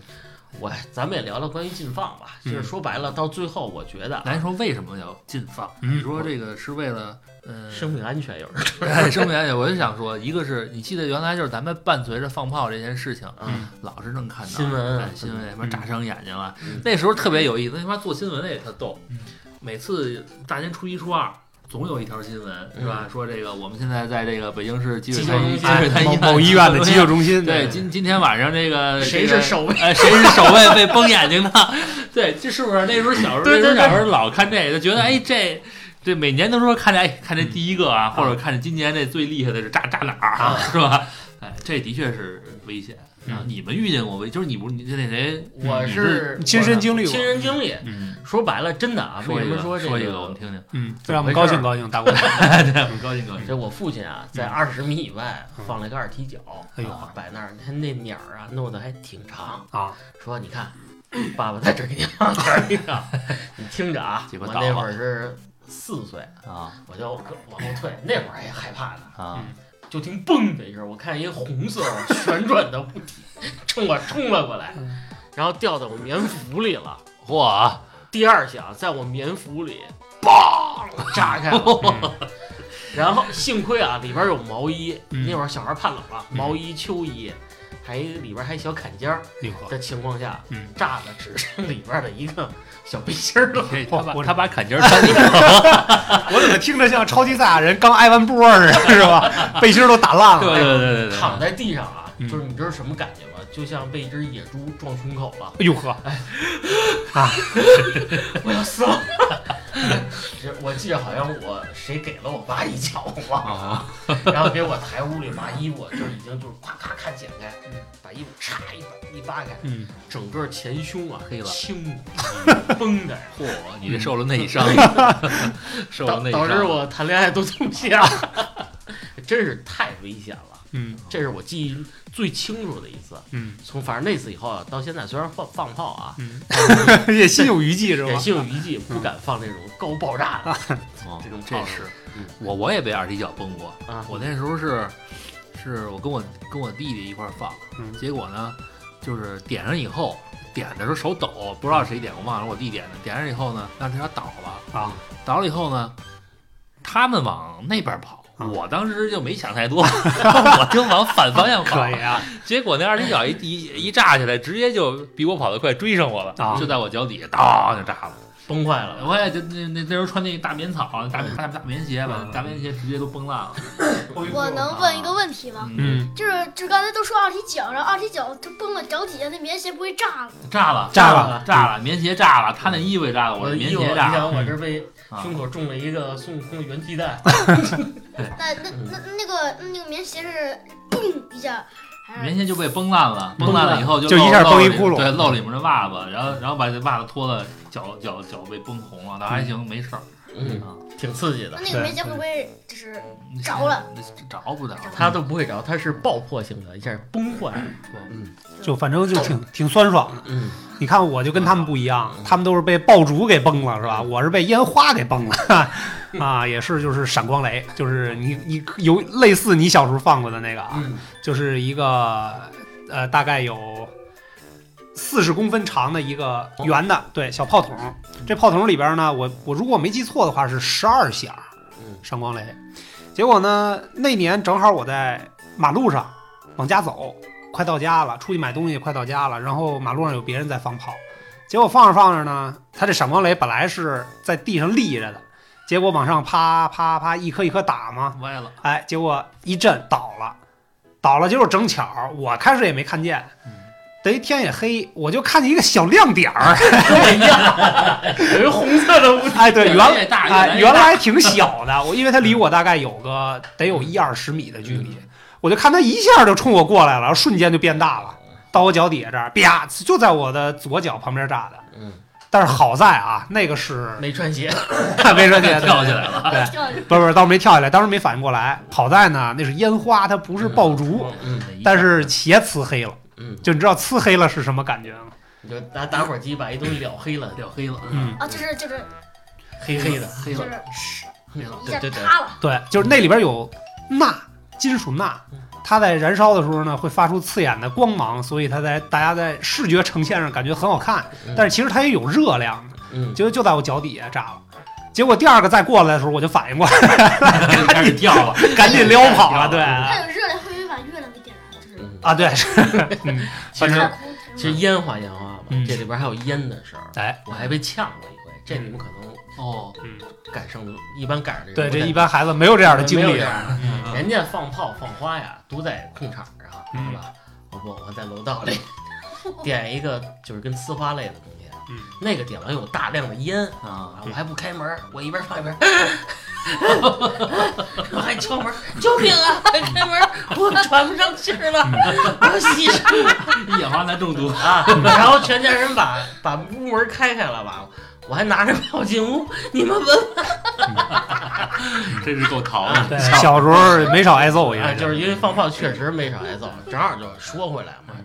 S2: 我咱们也聊聊关于禁放吧，就是
S3: 嗯
S2: 说白了，到最后我觉得
S4: 咱说为什么要禁放？
S3: 嗯
S4: 你说这个是为了呃
S2: 生命安全有人。
S4: 哎，生命安全，我就想说，一个是你记得原来就是咱们伴随着放炮这件事情，
S2: 嗯，
S4: 老是能看到
S2: 新闻
S4: 哎新闻什么炸伤眼睛了
S2: 嗯，
S4: 那时候特别有意思，那他妈做新闻的也特逗
S3: 嗯，
S4: 每次大年初一初二。总有一条新闻是吧？说这个我们现在在这个北京市积
S2: 哎急
S4: 水潭
S2: 救中心
S4: 积水潭
S2: 哎
S3: 某某医院的急救中心，
S4: 对，今今天晚上这个
S2: 谁
S4: 这
S2: 是
S4: 个
S2: 首位？
S4: 哎，谁是守卫被崩眼睛的？对，这是不是那时候小时候，
S2: 对对
S4: 那时候小时候老看这个，就觉得哎这。这每年都说看这，哎，看这第一个啊，或者看这今年这最厉害的是炸炸哪儿、
S2: 啊
S4: 是吧？哎，这的确是危险。啊
S3: 嗯
S4: 你们遇见过危，就是你不，你那谁，嗯
S2: 我
S4: 你
S2: 是
S3: 亲身经历过
S2: 亲，身经历。
S4: 嗯，
S2: 说白了，真的啊，为
S4: 说
S2: 什
S4: 一
S2: 么
S4: 个，
S2: 说这
S4: 说一个，我们听听。哎
S3: 嗯，让我们高兴高兴，大哥，
S4: 对，我们高兴高兴。
S2: 这我父亲啊，在二十米以外放了一个二踢脚，
S3: 嗯哎呦
S2: 啊，摆那儿，他那鸟儿啊弄得还挺长，
S3: 啊，
S2: 说你看，爸爸在这儿给你放点儿一个， 你听着啊，
S4: 结
S2: 我
S4: 果
S2: 那
S4: 倒
S2: 会
S4: 了
S2: 儿是四岁，
S4: 啊
S2: 我就往后退，那会儿还害怕呢，
S4: 啊
S2: 就听嘣的一声，我看一红色旋转的物体 冲我冲了过来，
S3: 嗯
S2: 然后掉到我棉服里了。
S4: 嚯！啊
S2: 第二响在我棉服里，梆 炸开 了， 然后幸亏啊里边有毛衣，
S3: 嗯
S2: 那会儿小孩怕冷啊，
S3: 嗯
S2: 毛衣、秋衣，还里边还小坎肩儿
S3: 哟呵，
S2: 的情况下，
S3: 嗯
S2: 炸的只剩里边的一个小背心儿了。
S4: 这他把
S3: 我
S4: 他把 坎肩儿穿进去了，
S3: 我怎么听着像超级赛亚人刚挨完波似的，是吧？背心儿都打烂
S4: 对
S3: 了。
S4: 对对对对对，
S2: 躺在地上啊，
S3: 嗯
S2: 就是你知道什么感觉吗？就像被一只野猪撞胸口了，
S3: 哎呦呵，
S2: 我要死了。这我记得好像我谁给了我爸一脚，我忘 了，
S4: 啊，
S2: 然后给我抬屋里把衣服就是已经就是咔咔咔剪开，把衣服嚓一扒一扒开，
S3: 嗯，
S2: 整个前胸啊
S4: 黑了
S2: 青绷的，
S4: 嚯，你这受了内伤，
S3: 嗯
S4: 受了
S2: 导
S4: 内
S2: 导
S4: 伤，
S2: 致我谈恋爱都痛下， 真是太危险了。
S3: 嗯
S2: 这是我记忆最清楚的一次，
S3: 嗯
S2: 从反正那次以后啊，到现在虽然放放炮啊，
S3: 嗯， 也心有余悸是
S2: 也
S3: 吧？
S2: 心有余悸，不敢放这种高爆炸的。
S4: 哦
S2: 这种
S4: 这
S2: 套
S4: 是
S2: 路嗯，
S4: 我我也被二踢脚崩过
S2: 啊
S4: 我那时候是，是我跟我跟我弟弟一块儿放，
S3: 嗯
S4: 结果呢，就是点上以后，点的时候手抖，不知道谁点，我忘了我弟点的，点上以后呢，让这俩倒了，
S3: 啊，
S4: 倒了以后呢，他们往那边跑。
S3: 啊
S4: 我当时就没想太多， 我就往反方向跑
S3: 可以。啊，
S4: 结果那二踢脚一一一炸起来，直接就比我跑得快追上我了，
S3: 啊
S4: 就在我脚底下，当就炸了。
S2: 崩坏了。
S4: 我也就那那那时候穿那大棉草、大大大棉鞋吧
S3: 嗯，
S4: 大棉鞋直接都崩烂了。
S1: 我能问一个问题吗？
S3: 嗯，
S1: 就是，就刚才都说二踢脚，然后二踢脚就崩了脚底下，那棉鞋不会炸了？
S4: 炸了，
S3: 炸
S4: 了
S3: 了，哎
S4: 炸了，棉鞋炸了，他那衣服也炸了，我
S2: 我
S4: 的棉
S2: 衣服，哎你
S4: 鞋炸了。
S2: 想我
S3: 嗯
S2: 这被
S4: 啊
S2: 胸口中了一个孙悟空的元气弹，
S1: 那那
S4: 嗯
S1: 那那个那个棉鞋是嘣一下，还
S4: 棉
S1: 是
S4: 鞋就被崩烂了，
S2: 崩
S4: 崩烂了以后就
S3: 就
S4: 露
S3: 一下
S4: 露
S3: 崩一
S4: 里
S3: 窟窿嗯
S4: 对，露里面的袜子，然后然后把这袜子脱了，脚脚脚被崩红了，倒还行，没事儿
S2: 嗯，
S4: 啊。
S2: 挺刺激的
S1: 那。那个棉鞋会不会就是嗯着了？
S4: 着不着？
S2: 它都不会着，它是爆破性的，一下崩坏。
S3: 就反正就挺挺酸爽的。
S2: 嗯，
S3: 你看我就跟他们不一样，他们都是被爆竹给崩了是吧？我是被烟花给崩了，啊，也是就是闪光雷，就是你你有类似你小时候放过的那个啊，
S2: 嗯
S3: 就是一个呃大概有四十公分长的一个圆的，对，小炮筒。这炮筒里边呢，我我如果没记错的话是十二响
S2: 嗯
S3: 闪光雷。结果呢，那年正好我在马路上往家走，快到家了，出去买东西快到家了，然后马路上有别人在放炮，结果放着放着呢，它这闪光雷本来是在地上立着的，结果往上啪啪啪一颗一颗打嘛，
S4: 歪了，
S3: 哎，结果一震倒了，倒了就是正巧，我开始也没看见，得天也黑，我就看见一个小亮点儿，
S2: 哎有一红色的物体，
S3: 哎，对，
S5: 越
S3: 原
S5: 来越大，
S3: 啊，
S5: 越
S3: 原
S5: 来
S3: 来挺小的，我因为它离我大概有个得有一二十米的距
S2: 嗯
S3: 离，我就看它一下就冲我过来了，瞬间就变大了，到我脚底下这儿，啪，就在我的左脚旁边炸的。
S2: 嗯，
S3: 但是好在啊，那个是
S2: 没穿鞋，
S3: 没说 姐
S4: 跳起来
S3: 了，对，
S1: 跳下去
S3: 不是不是，倒没跳下来，当时没反应过来。好在呢，那是烟花，它不是爆竹，
S2: 嗯
S3: 但是鞋呲黑了。
S2: 嗯，
S3: 就你知道呲黑了是什么感觉吗？
S2: 你就拿打火机把一东西燎黑了，
S4: 掉黑了，
S3: 嗯，
S1: 啊，就是就是
S2: 黑黑的，
S4: 黑
S1: 就
S4: 了，
S1: 是
S4: 黑了，
S1: 一下
S2: 对对对
S1: 塌
S4: 啊
S1: 了，
S3: 对，就是那里边有钠，金属钠
S2: 嗯，
S3: 它在燃烧的时候呢，会发出刺眼的光芒，所以它在大家在视觉呈现上感觉很好看
S2: 嗯，
S3: 但是其实它也有热量的，
S2: 嗯，
S3: 结果就在我脚底下炸了。结果第二个再过来的时候，我就反应过来了，
S4: 开始 跳了，
S3: 赶紧撩跑
S2: 哎
S3: 了。对
S1: 它有热量会不会把月亮给点燃？就是
S2: 嗯
S3: 啊，对，是， 嗯，
S2: 其实
S1: 太空
S2: 其实烟花烟花吧，
S3: 嗯
S2: 这里边还有烟的事儿，
S3: 哎，
S2: 我还被呛过一回，这你们可能
S4: 哦，
S2: 赶上了，一般赶上
S3: 对，这一
S2: 般
S3: 般孩子没有这样的经
S2: 没有
S3: 历
S2: 这，样的
S3: 嗯
S2: 人家放炮放花呀，都在空场上，是吧？我不，我在楼道 里点一个就是跟呲花类的东西，啊
S3: 嗯
S2: 那个点完有大量的烟
S4: 啊，
S2: 啊，我还不开门，我一边放一边， 我还敲门，救命 啊！快开门，我喘不上气儿了， 我吸上
S5: 一氧化钠中毒，
S2: 啊！ 然后全家人把把屋门开开了吧。我还拿着票进屋，你们闻
S5: 真是够淘的。
S3: 对， 小时候没少挨揍，因
S2: 啊，
S3: 为
S2: 就是因为放炮确实没少挨揍，正好就说回来嘛，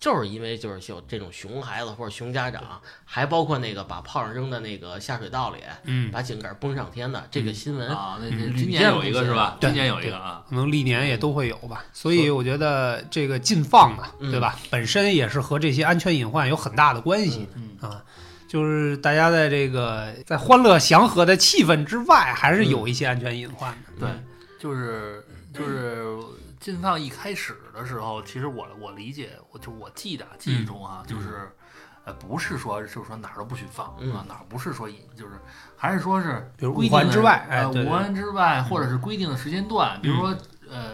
S2: 就是因为就是有这种熊孩子或者熊家长，还包括那个把炮扔到那个下水道里，
S3: 嗯，
S2: 把井盖崩上天的这个新闻，
S4: 啊，那那今年有一个是吧？今年有一个啊，
S3: 可能历年也都会有吧。所以我觉得这个禁放啊，
S2: 嗯
S3: 对吧？本身也是和这些安全隐患有很大的关系
S4: 嗯
S3: 啊。就是大家在这个在欢乐祥和的气氛之外，还是有一些安全隐患的。
S4: 对，就是
S3: 嗯
S4: 就是禁放一开始的时候，其实我我理解，我就我记得啊记
S3: 嗯
S4: 忆中啊，就是呃，不是说就是说哪儿都不许放
S2: 嗯
S4: 啊，哪儿不是说一就是还是说是
S3: 比如五
S4: 规定
S3: 环
S4: 的
S3: 之外，哎，
S4: 呃，
S3: 对嗯
S4: 五
S3: 对，
S4: 环之外或者是规定的时间段，比如说呃，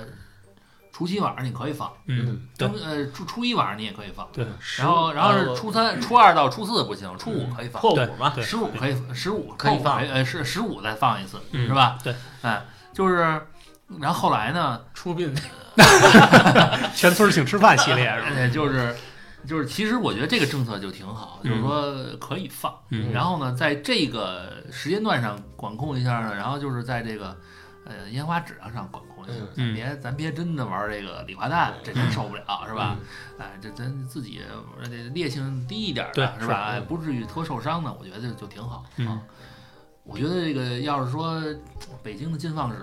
S4: 除夕晚上你可以放，
S3: 嗯，对
S4: 中，呃初初一晚上你也可以放，
S3: 对，
S2: 十
S4: 然后
S2: 五
S4: 然后
S2: 呃
S4: 是初
S3: 嗯
S4: 三、初二到初四不行，初五可以放。
S2: 破
S3: 对
S2: 五嘛，
S3: 对
S4: 啊
S3: 哦
S4: 十五可以，十五
S2: 可以放
S4: 呃，是十五再放一次，
S3: 嗯
S4: 是吧？
S3: 对，
S4: 哎，就是，然后后来呢，
S2: 出殡
S3: 全村儿请吃饭系列是吧？
S4: 呃，就是，就是，其实我觉得这个政策就挺好，就是说可以放，
S3: 嗯
S4: 然后呢，在这个时间段上管控一下呢，然后就是在这个。呃，烟花质量上管控一下，咱
S3: 嗯
S4: 别咱别真的玩这个礼花弹，这真受不了，是吧？？
S2: 嗯
S4: 哎，这咱自己呃这烈性低一点儿
S3: 对
S4: 的，是吧？
S2: 是
S4: 哎，不至于多受伤呢，我觉得就就挺好
S3: 嗯
S4: 啊。我觉得这个要是说北京的禁放史，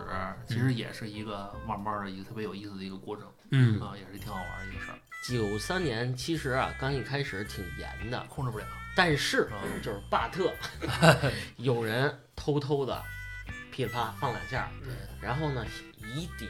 S4: 其实也是一个慢慢的一个特别有意思的一个过程
S3: 嗯
S4: 啊，也是挺好玩的一个事儿，
S2: 嗯九三年其实啊，刚一开始挺严的，
S4: 控制不了。
S2: 但是
S4: 啊
S2: 就是巴 特，有人偷偷的噼里啪放两下，
S4: 嗯
S2: 然后呢以点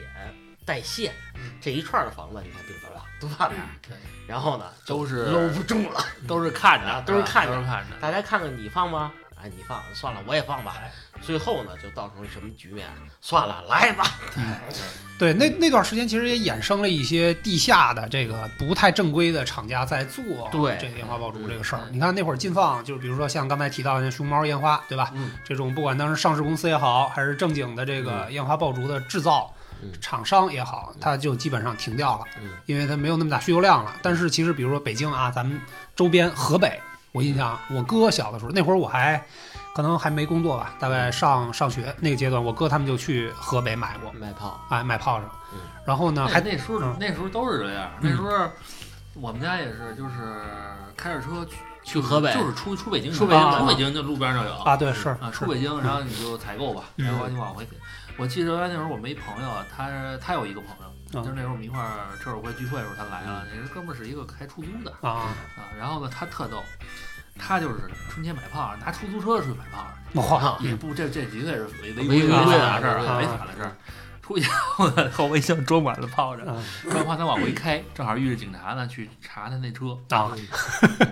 S2: 带线，这一串儿的房子你看噼里啪 啦都放那儿
S4: 嗯对，
S2: 然后呢就
S4: 都是
S2: 搂不住了， 啊
S4: 都是看着，啊
S2: 都是看着
S4: 都是哎看着。
S2: 大家看看你放吗？哎，你放算了，我也放吧。最后呢，就造成什么局面？算了，来吧。
S3: 嗯对，那那段时间其实也衍生了一些地下的这个不太正规的厂家在做
S2: 对
S3: 这个烟花爆竹这个事儿
S4: 嗯。
S3: 你看那会儿禁放，就是比如说像刚才提到的那熊猫烟花，对吧？
S2: 嗯，
S3: 这种不管当时上市公司也好，还是正经的这个烟花爆竹的制造
S2: 嗯
S3: 厂商也好，它就基本上停掉了
S2: 嗯，
S3: 因为它没有那么大需求量了。但是其实比如说北京啊，咱们周边河北，我印象我哥小的时候那会儿我还。可能还没工作吧，大概上上学那个阶段，我哥他们就去河北买过，
S2: 卖炮，
S3: 哎，买炮仗
S2: 嗯，
S3: 然后呢，
S4: 那
S3: 还
S4: 那时候
S3: 嗯
S4: 那时候都是这样，那
S3: 嗯
S4: 时候我们家也是，就是开着车
S2: 去
S4: 去
S2: 河北
S4: 就是出出北京的，啊
S2: 出北京
S3: 的
S4: 出北京就路边儿就有
S3: 啊，对，是
S4: 啊，
S3: 是
S4: 出北京，然后你就采购吧，
S3: 嗯
S4: 采购完你往回给。我记得那时候我们一朋友，啊他他有一个朋友，
S3: 嗯
S4: 就是那时候我们一块儿车友会聚会的时候他来了，那哥们儿是一个开出租的
S3: 啊，
S4: 啊，然后呢他特逗，他就是春节买炮，拿出租车出去买炮，
S2: 哦
S3: 哇，
S4: 也不这这绝对是违违
S2: 违
S4: 规
S2: 规
S4: 法
S2: 啊
S4: 的事儿
S2: 违
S3: 规
S4: 啊，违法的事儿。出去 后呢，后备箱装满了炮仗，
S3: 啊
S4: 然后他往回开，正好遇着警察呢，去查他那车。
S3: 啊，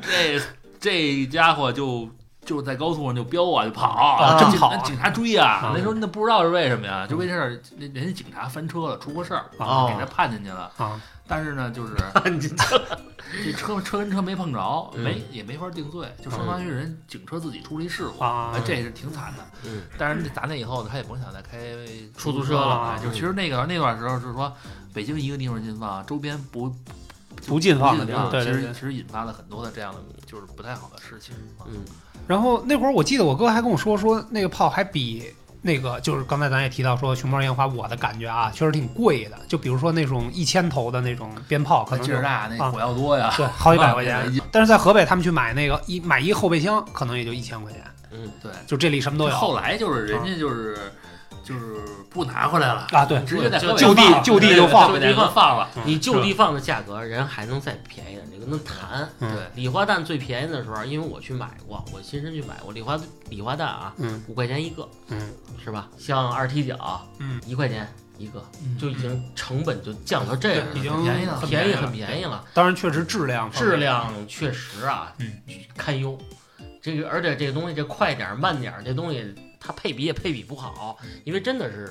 S4: 这这家伙就就是在高速上就飙啊，就跑啊
S3: 啊真跑啊
S4: 警察追啊
S3: 啊！
S4: 那时候那不知道是为什么呀，就为这事儿，人人家警察翻车了，出过事儿，
S2: 哦
S4: 给他判进去了。
S3: 啊，
S4: 但是呢，就是
S2: 你
S4: 这车车跟车没碰着，
S2: 嗯
S4: 没也没法定罪，就相当于人警车自己出了一事故
S3: 啊
S4: 这也是挺惨的。
S2: 嗯
S4: 但是打那以后呢，他也甭想再开
S2: 出租
S4: 租
S2: 车
S4: 了。
S3: 了
S4: 哎就其实那个那段时候是说，北京一个地方禁放，周边不
S3: 不禁放的
S4: 地
S3: 地
S4: 方，
S3: 方，
S4: 啊其
S3: 对对
S4: 实
S3: 对
S4: 其。实引发了很多的这样的就是不太好的事情。啊
S2: 嗯
S3: 然后那会儿我记得我哥还跟我说说那个炮还比那个就是刚才咱也提到说熊猫烟花，我的感觉啊确实挺贵的，就比如说那种一千头的那种鞭炮，可
S4: 那
S3: 能
S4: 劲
S3: 就
S4: 儿大，啊
S3: 啊
S4: 那火药多呀，
S3: 对好几百块
S4: 那
S3: 钱
S4: 一。
S3: 但是在河北他们去买那个一买一后备箱，可能也就一千块钱，
S2: 嗯，
S4: 对。
S3: 就这里什么都有
S4: 后来就是人家就是就是不拿回来了，
S3: 啊。对，
S4: 直接在河北
S3: 就地
S4: 放了
S3: 就地就放
S4: 对对对就放
S3: 嗯
S4: 了。
S2: 你就
S3: 地
S2: 地放的价格，人还能再便宜点，你跟他谈。
S3: 嗯
S4: 对，
S2: 礼花弹最便宜的时候，因为我去买过，我亲身去买过礼花礼花弹啊，
S3: 嗯
S2: 五块钱一个，
S3: 嗯
S2: 是吧？像二踢脚，
S3: 嗯，
S2: 一块钱一个，
S3: 嗯
S2: 就已经成本就降到这个
S3: 对已
S2: 了，
S3: 经
S4: 便宜了
S3: 很
S2: 便宜
S3: 了
S2: 很便宜了，
S3: 当然确实质量方面
S2: 质量确实啊
S3: 嗯
S2: 堪忧。这个而且这个东西这快点儿慢点儿，这东西它配比也配比不好，
S3: 嗯
S2: 因为真的是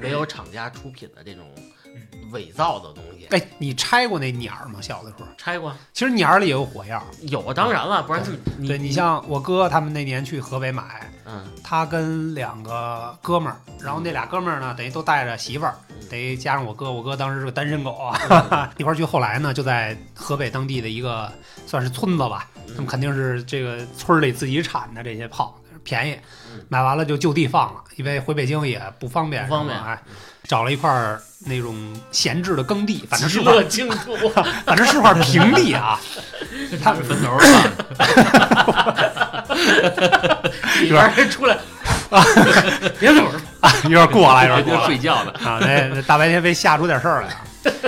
S2: 没有厂家出品的这种
S3: 嗯
S2: 伪造的东西。
S3: 哎，你拆过那鸟儿吗？小的时候，
S2: 拆过
S3: 其实鸟儿里也有火药。
S2: 有，啊当然了，不然这么你
S3: 对你像我哥他们那年去河北买，
S2: 嗯
S3: 他跟两个哥们儿，然后那俩哥们儿呢，等于都带着媳妇儿
S2: 嗯，
S3: 得加上我哥，我哥当时是个单身狗啊，
S2: 嗯
S3: 一块儿去。后来呢，就在河北当地的一个算是村子吧，
S2: 嗯
S3: 他们肯定是这个村儿里自己产的这些炮，便宜
S2: 嗯，
S3: 买完了就就地放了，因为回北京也不方便，
S2: 不方便
S3: 是吧哎，找了一块儿那种闲置的耕地，反正
S2: 极
S3: 是块
S2: 乐净土，啊
S3: 反正是块平地 啊，他
S4: 是坟头儿了，
S2: 里边儿出来
S3: 别走啊，有点过 了，有
S4: 人
S3: 点过
S4: 家
S3: 了
S4: 睡觉呢。
S3: 啊！那那大白天被吓出点事儿来啊。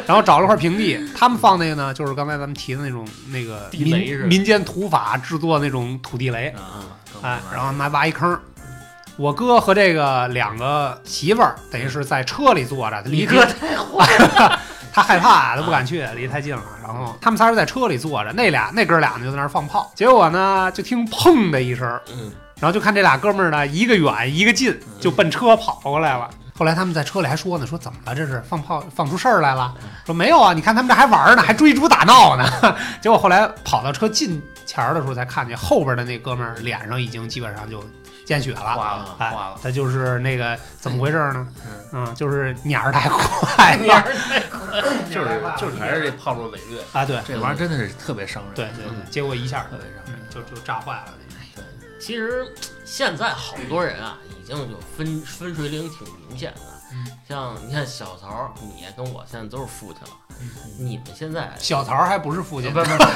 S3: 然后找了块平地，他们放那个呢，就是刚才咱们提的那种那个
S2: 地雷似
S3: 民
S2: 的
S3: 民间土法制作那种土地雷，
S4: 啊，
S2: 嗯
S3: 哎，然后拿挖一坑。我哥和这个两个媳妇儿，等于是在车里坐着，
S2: 李
S3: 离
S2: 哥太坏了， 啊
S3: 他害怕，他不敢去，离太近了。然后他们仨是在车里坐着，那俩那哥俩呢就在那儿放炮，结果呢就听砰的一声，
S2: 嗯，
S3: 然后就看这俩哥们儿呢，一个远一个近，就奔车跑过来了。后来他们在车里还说呢，说怎么了？这是放炮放出事儿来了？说没有啊，你看他们这还玩呢，还追逐打闹呢。 结果后来跑到车近前儿的时候，才看见后边的那哥们儿脸上已经基本上就见血了。
S4: 挂了，
S3: 哎
S4: 挂了，。
S3: 他就是那个怎么回事呢？
S4: 嗯
S3: 嗯，就是鸟儿太快 了，哎
S4: 就是就是还是这炮竹伪劣，
S3: 啊，对
S4: 这玩意儿真的是特别伤人，
S3: 对对，对结果一下
S4: 特别伤人。
S3: 嗯就就炸坏了。
S2: 其实现在好多人啊，已经有分分水岭挺明显的。像你看小曹，你跟我现在都是父亲了，你们现在
S3: 小曹还不是父亲，
S2: 不是不是
S4: 小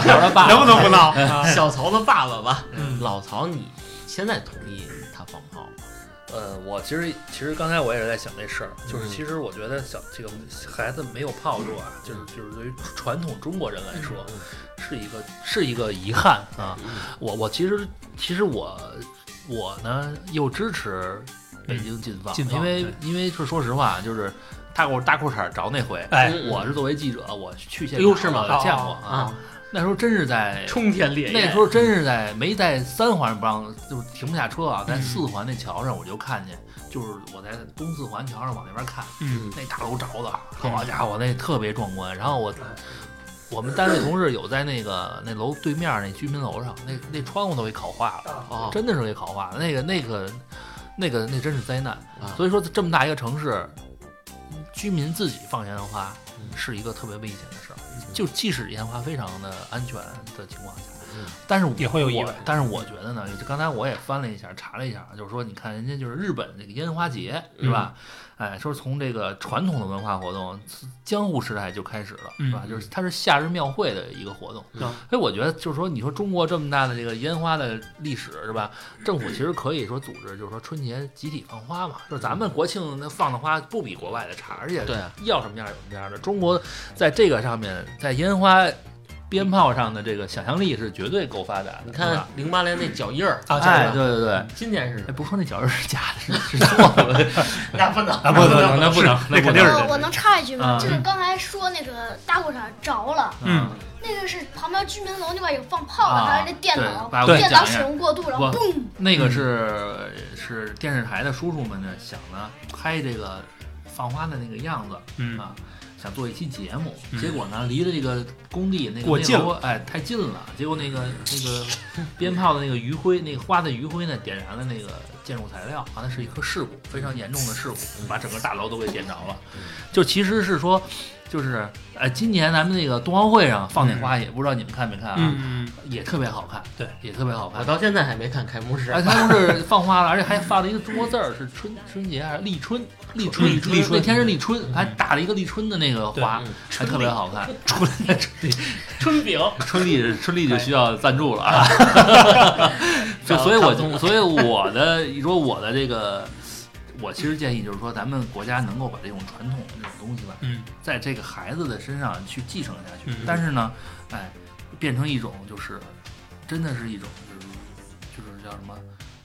S4: 孩儿的爸爸
S3: 能不能不闹？
S2: 小曹的爸爸吧？
S3: 嗯
S2: 老曹，你现在同意他放炮吗？
S4: 呃，我其实其实刚才我也是在想这事儿，就是
S2: 嗯
S4: 其实我觉得小这个孩子没有炮竹啊，就是
S3: 嗯
S4: 就是对于传统中国人来说，是一个是一个遗憾啊。
S3: 嗯
S4: 我我其实其实我我呢又支持北京禁放，
S3: 禁嗯放
S4: 因为
S3: 对
S4: 因为是说实话，啊就是大裤大裤衩儿着那回，
S3: 哎，
S2: 嗯
S4: 我是作为记者，我去现
S2: 哎呦
S4: 场
S2: 是吗
S4: 我见过
S3: 哦
S4: 啊，那时候真是在
S2: 冲天烈
S4: 那时候真是在没在三环不让，就是停不下车啊，
S2: 嗯
S4: 在四环那桥上我就看见，就是我在东四环桥上往那边看，
S3: 嗯
S4: 那大楼着的，好家伙，那特别壮观。然后我我们单位同事有在那个那楼对面那居民楼上，那那窗户都给烤化了，
S2: 哦
S4: 真的是给烤化了。那个那个那个那真是灾难
S2: 啊。
S4: 所以说这么大一个城市，居民自己放烟花
S2: 嗯
S4: 是一个特别危险的事儿。就即使烟花非常的安全的情况下
S2: 嗯，
S4: 但是我
S3: 也会有意外。
S4: 但是我觉得呢，就刚才我也翻了一下，查了一下，啊就是说，你看人家就是日本这个烟花节是吧？
S3: 嗯
S4: 哎，说从这个传统的文化活动，江户时代就开始了，是吧？
S3: 嗯
S4: 就是它是夏日庙会的一个活动，
S3: 嗯
S4: 所以我觉得就是说，你说中国这么大的这个烟花的历史是吧？政府其实可以说组织，就是说春节集体放花嘛，就是咱们国庆那放的花不比国外的差，而且
S2: 对啊
S4: 要什么样有什么样的。中国在这个上面，在烟花鞭炮上的这个想象力是绝对够发达的。
S2: 你
S4: 是
S2: 看
S4: 吧，
S2: 零八年那脚印儿，
S3: 啊，
S4: 哎，
S3: 这个
S4: 对对对，
S2: 今年是
S4: 哎，不是说那脚印儿是假的，是是做的，
S2: 那不能
S3: 啊，
S4: 不
S3: 不
S4: 能
S3: 能，
S4: 那不能
S3: 是
S4: 那
S3: 那肯
S4: 不
S3: 定
S4: 能
S3: 是
S1: 我
S3: 这
S1: 我能插一句吗？
S4: 嗯
S1: 就是刚才说那个大裤衩着了，
S3: 嗯
S1: 那个是旁边居民楼那边有放炮的，
S4: 啊
S1: 还是那电
S4: 对
S1: 脑
S4: 把我
S1: 电
S4: 讲
S1: 脑
S4: 一下
S1: 使用过度，然后
S4: 我
S1: 嘣，
S4: 那个是是电视台的叔叔们呢想呢拍这个放花的那个样子
S3: 嗯
S4: 啊，想做一期节目，
S3: 嗯
S4: 结果呢离的这个工地那个
S3: 过
S4: 那
S3: 近
S4: 楼哎太近了，结果那个那 个鞭炮的那个余晖，那个花的余晖呢点燃了那个建筑材料，完了是一颗事故，非常严重的事故，
S3: 嗯
S4: 把整个大楼都给点着了。就其实是说，就是哎，今年咱们那个冬奥会上放那花，也不知道你们看没看啊，
S3: 嗯
S4: 也特别好看，
S3: 对，
S4: 也特别好看
S2: 我。到现在还没看开幕式
S4: 哎，。他们是放花了，而且还发了一个中国字儿，是春春节还是立春？立春，
S3: 立春立春
S4: 那天是立春，还打了一个立春的那个花
S2: 对嗯，
S4: 还特别好看。
S2: 春饼，
S4: 春丽，春丽就需要赞助了啊！ 就所以我就所以我的你说我的这个，我其实建议就是说，咱们国家能够把这种传统的这种东西吧，
S3: 嗯
S4: 在这个孩子的身上去继承下去，
S3: 嗯
S4: 但是呢，哎，变成一种就是真的是一种就是就是叫什么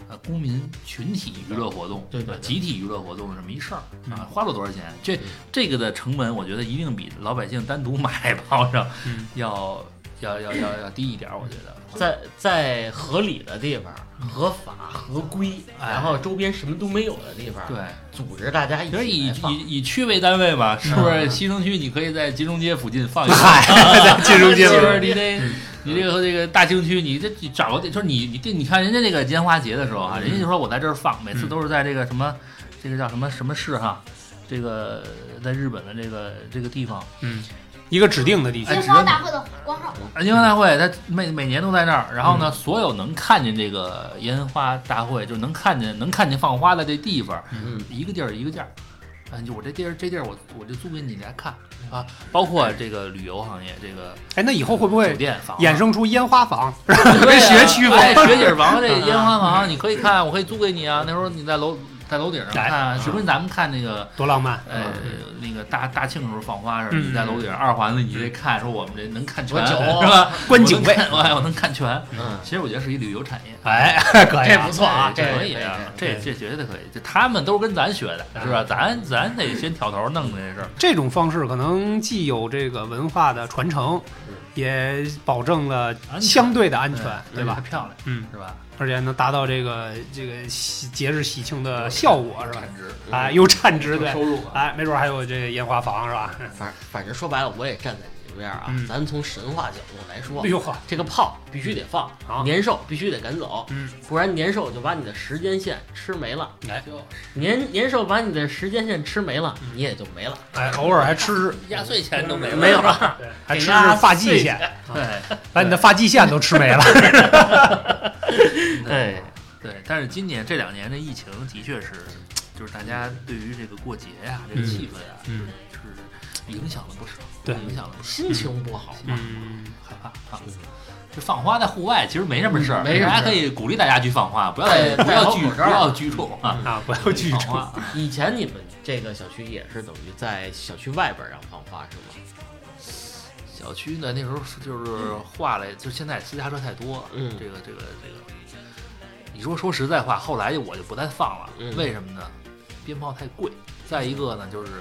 S4: 呃公民群体娱乐活动，
S2: 对对对
S4: 集体娱乐活动的这么一事儿
S3: 嗯
S4: 啊，花了多少钱？这
S2: 嗯
S4: 这个的成本，我觉得一定比老百姓单独买炮仗
S3: 嗯
S4: 要要要要要低一点儿，我觉得。
S2: 在在合理的地方、合法合规，
S4: 哎
S2: 然后周边什么都没有的地方，
S4: 对，
S2: 组织大家一
S4: 其实
S2: 起
S4: 以
S2: 来放。
S4: 以以区为单位嘛，是不是
S2: 嗯
S4: 西城区你可以在集中街附近放一个？
S3: 在金融街
S4: 就
S3: 门
S4: 是你这，
S3: 嗯
S4: 你这个这个大兴区，你这你找个地，就是你你定，你看人家这个烟花节的时候
S3: 嗯
S4: 啊，人家就说我在这儿放，每次都是在这个什么，这个叫什么什么市哈，这个在日本的这个这个地方，
S3: 嗯，一个指定的地区
S4: 哎，
S1: 烟
S4: 只
S1: 花
S4: 能
S1: 大会的广场，
S4: 啊
S3: 嗯
S4: 烟花大会，它每每年都在那儿。然后呢，所有能看见这个烟花大会，就能看见能看见放花的这地方，
S2: 嗯，
S4: 一个地儿一个价儿。啊，就我这地儿这地儿我我就租给你来看啊，包括这个旅游行业，这个
S3: 哎，那以后会不
S4: 酒
S3: 会
S4: 店房
S3: 衍生出烟花房？
S4: 对
S3: 跟
S4: 啊
S3: 学区房
S4: 哎学姐房这烟花房，你可以看，我可以租给你啊。那时候你在楼在楼顶上看啊，指不定咱们看那个。
S3: 多浪漫！
S4: 呃，那个大大庆的时候放花是，
S3: 嗯
S4: 你在楼顶上二环的，你这看说我们这能看全
S2: 多久啊
S4: 是吧？
S3: 观景位
S4: 我能看哎，我能看全。
S2: 嗯
S4: 其实我觉得是一旅游产业，
S3: 哎，可以
S2: 这
S3: 啊
S2: 不，错啊，
S4: 这可以
S2: 这
S4: 啊，
S3: 这
S4: 这这绝对可以。这他们都是跟咱学的，是吧？咱咱得先挑头弄的这事儿。
S3: 这种方式可能既有这个文化的传承，也保证了
S4: 安全
S3: 相对的安全，对
S4: 而且还
S3: 吧？
S4: 哎漂亮，
S3: 哎嗯，
S4: 是吧？
S3: 而且能达到这个这个喜节日喜庆的效果，是吧？
S4: 产值，
S3: 啊，又产值
S4: 有
S3: 对
S4: 收，入啊，
S3: 哎，没准还有这个烟花房是吧？
S2: 嗯反反正说白了，我也站在你这边啊。
S3: 嗯
S2: 咱从神话角度来说
S3: 哎，呦呵，
S2: 这个炮必须得放
S3: 好，
S2: 年兽必须得赶走，
S3: 嗯，
S2: 不然年兽就把你的时间线吃没了。
S3: 哎
S2: 年年兽把你的时间线吃没了，你也就没了，
S3: 哎，偶尔还吃 吃，
S4: 压岁钱都没了，
S2: 没有了。
S3: 对还
S2: 给
S3: 吃吃
S2: 压
S3: 发
S2: 岁
S3: 际线，
S4: 对。
S3: 把你的发际线都吃没了。嗯
S2: 哎，
S4: 对，但是今年这两年的疫情的确是，就是大家对于这个过节呀、这个气氛呀、
S3: 嗯
S4: 就是影响了不少，
S3: 对
S4: 影响了不少，
S2: 心情不好嘛。
S3: 嗯，
S4: 害怕啊。就放花在户外其实没什么事儿，
S2: 嗯没什么
S4: 大
S2: 事儿
S4: 家可以鼓励大家去放花，不要
S2: 戴
S4: 不
S2: 戴
S4: 要
S2: 好
S4: 聚
S2: 口
S4: 不
S2: 罩
S4: 要聚众 啊，
S3: 啊，不要聚
S4: 放
S3: 众。
S4: 花。
S2: 啊以前你们这个小区也是等于在小区外边儿让放花是吗？
S4: 小区呢那时候是就是画了，就现在私家车太多了，
S2: 嗯
S4: 这个这个这个，你说说实在话，后来我就不再放了，
S2: 嗯
S4: 为什么呢？鞭炮太贵，再一个呢就是。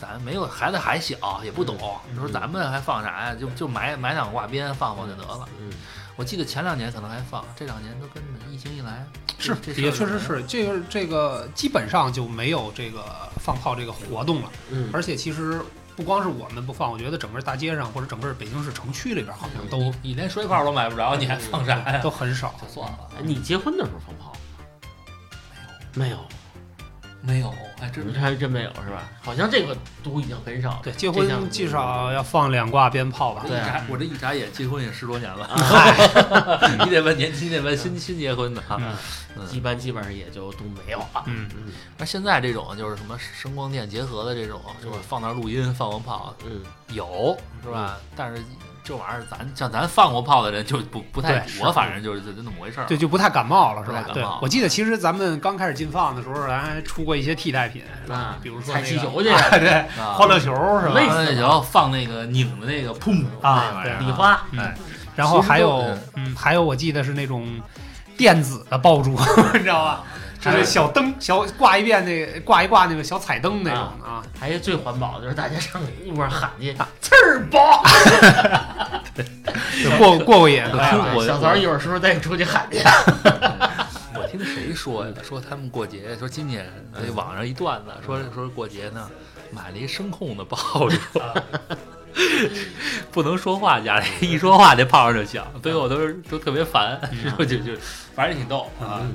S4: 咱没有孩子还小，也不懂。你说咱们还放啥呀？就就买买两个挂鞭放放就得了。
S2: 嗯，
S4: 我记得前两年可能还放，这两年都根本疫情一来，
S3: 是
S4: 这，事儿
S3: 也确实，
S4: 就是
S3: 这个这个基本上就没有这个放炮这个活动了。
S2: 嗯，
S3: 而且其实不光是我们不放，我觉得整个大街上或者整个北京市城区里边好像都嗯
S4: 你你连水炮都买不着，嗯你还放啥呀？
S3: 都很少。
S4: 就算了
S2: 哎，你结婚的时候放炮没有？
S4: 没有，还真
S2: 没
S4: 没
S2: 有，还真没有是吧？好像这个都已经很少了。
S3: 对，结
S2: 这项嗯
S3: 婚至少要放两挂鞭炮吧
S4: 我这
S2: 对。
S4: 一
S2: 啊
S4: 眨，我这一眨眼结婚也十多年了， 你得问年轻，得问新新结婚的哈。
S3: 嗯
S2: 一般基本上也就都没有了。
S3: 嗯，
S2: 嗯
S4: 那现在这种就是什么声光电结合的这种，就是放那儿录音，放放炮
S2: 嗯，
S4: 有是吧？但是这玩意儿咱像咱放过炮的人就不不太
S3: 对，是
S4: 我反正就是就就那么回事儿。
S3: 对，就不太感冒了，是吧
S4: 不？太
S3: 对
S4: 感冒，
S3: 我记得其实咱们刚开始禁放的时候，咱还出过一些替代品，
S2: 啊
S3: 比如说
S2: 踩
S3: 那
S2: 气
S3: 个
S2: 球去，
S3: 啊对，
S4: 啊，
S3: 欢乐球是
S4: 累
S3: 吧？
S4: 死了！要放那个拧的那个砰
S3: 啊
S4: 那玩意儿
S2: 礼花，
S3: 然后还
S4: 其
S3: 有
S4: 实，
S3: 嗯，还有我记得是那种电子的爆竹， 你知道吧？就是小灯，小挂一遍那个挂一挂那个小彩灯那种啊，
S2: 还有最环保的就是大家上一块喊去，刺儿爆！
S3: 就 过过过 瘾。啊
S4: 哎
S3: 对
S4: 呀我
S2: 小曹一会儿是不是带你出去 喊去？
S4: 我听谁说呀？说他们过节，说今年
S3: 嗯
S4: 那网上一段子，说说过节呢，买了一声控的爆竹，
S3: 啊
S4: 不能说话家里，一说话这炮声
S3: 嗯
S4: 就响，最后都是都特别烦， 就就就反正挺逗啊。
S2: 嗯，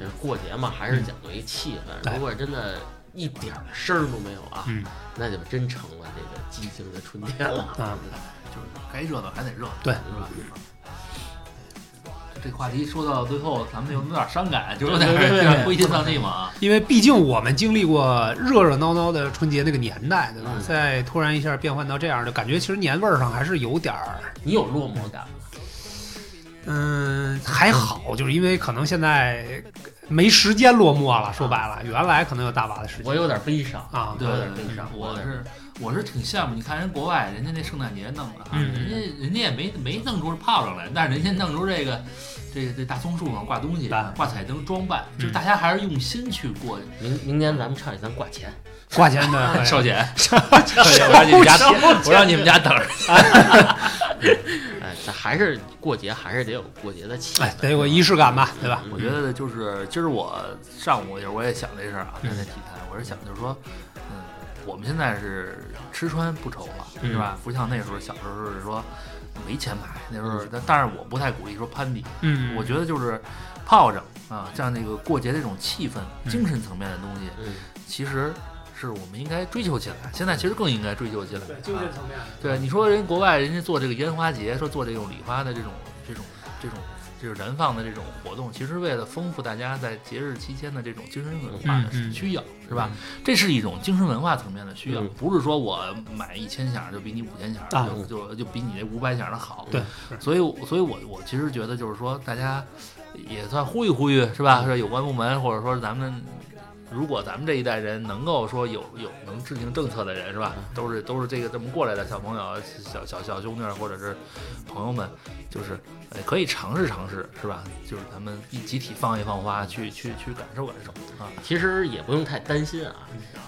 S2: 这过节嘛，还是讲究一气氛。
S3: 对
S2: 如果真的一点儿声儿都没有啊，
S3: 嗯
S2: 那就真成了这个激情的春天了。
S3: 啊，
S4: 就是该热闹还得热闹，
S3: 对
S4: 是吧？这话题说到最后，咱们有点伤感，就有
S2: 对对对对
S4: 点灰心丧气嘛啊。
S3: 因为毕竟我们经历过热热闹闹的春节那个年代，对吧？
S2: 嗯
S3: 再突然一下变换到这样的，感觉其实年味儿上还是有点儿。
S2: 你有落寞感吗？
S3: 嗯，还好，就是因为可能现在没时间落寞了。说白了，原来可能有大把的时间
S2: 我有点悲伤，
S3: 啊。
S4: 对
S2: 有点悲伤
S4: 我是我是挺羡慕，你看人国外人家那圣诞节弄的啊，
S3: 嗯
S4: 人家人家也没没弄出炮仗来，但是人家弄出这个这个这大松树上挂东西
S3: 对，
S4: 挂彩灯装扮，
S3: 嗯
S4: 就是大家还是用心去过。
S2: 明明年咱们上去，咱挂钱。
S3: 挂钱 的哎
S4: 少姐，少姐，我 让你 们家，我让你们家等着。
S2: 哎，咱还是过节，还是得有过节的气氛，
S3: 哎，得有个仪式感吧，对吧？
S2: 嗯
S4: 我觉得就是今儿我上午就是我也想这事儿
S3: 嗯
S4: 啊，跟他体坛，我是想就是说，嗯，我们现在是吃穿不愁了，
S3: 嗯
S4: 是吧？不像那时候小时候是说没钱买，那时候，但但是我不太鼓励说攀比，
S3: 嗯，
S4: 我觉得就是炮仗啊，像那个过节这种气氛、
S3: 嗯
S4: 精神层面的东西，
S2: 嗯，
S4: 其实是我们应该追求起来。现在其实更应该追求起来。啊
S3: 层面。
S4: 对，你说人国外人家做这个烟花节，说做这种礼花的这种这种这种就是燃放的这种活动，其实为了丰富大家在节日期间的这种精神文化
S3: 嗯
S4: 的
S3: 嗯
S4: 需要，是吧？这是一种精神文化层面的需要，
S2: 嗯
S4: 不是说我买一千响就比你五千响，
S3: 啊
S4: 就就就比你那五百响的好。
S3: 对，是
S4: 所以我，所以我我其实觉得就是说，大家也算呼吁呼吁，是
S3: 嗯
S4: 吧？说有关部门或者说咱们。如果咱们这一代人能够说有有能制定政策的人是
S3: 嗯
S4: 吧，都是都是这个这么过来的小朋友、啊小小小兄弟儿或者是朋友们，就是呃可以尝试尝试是吧？就是咱们一集体放一放花，去去去感受感受啊！
S2: 其实也不用太担心啊。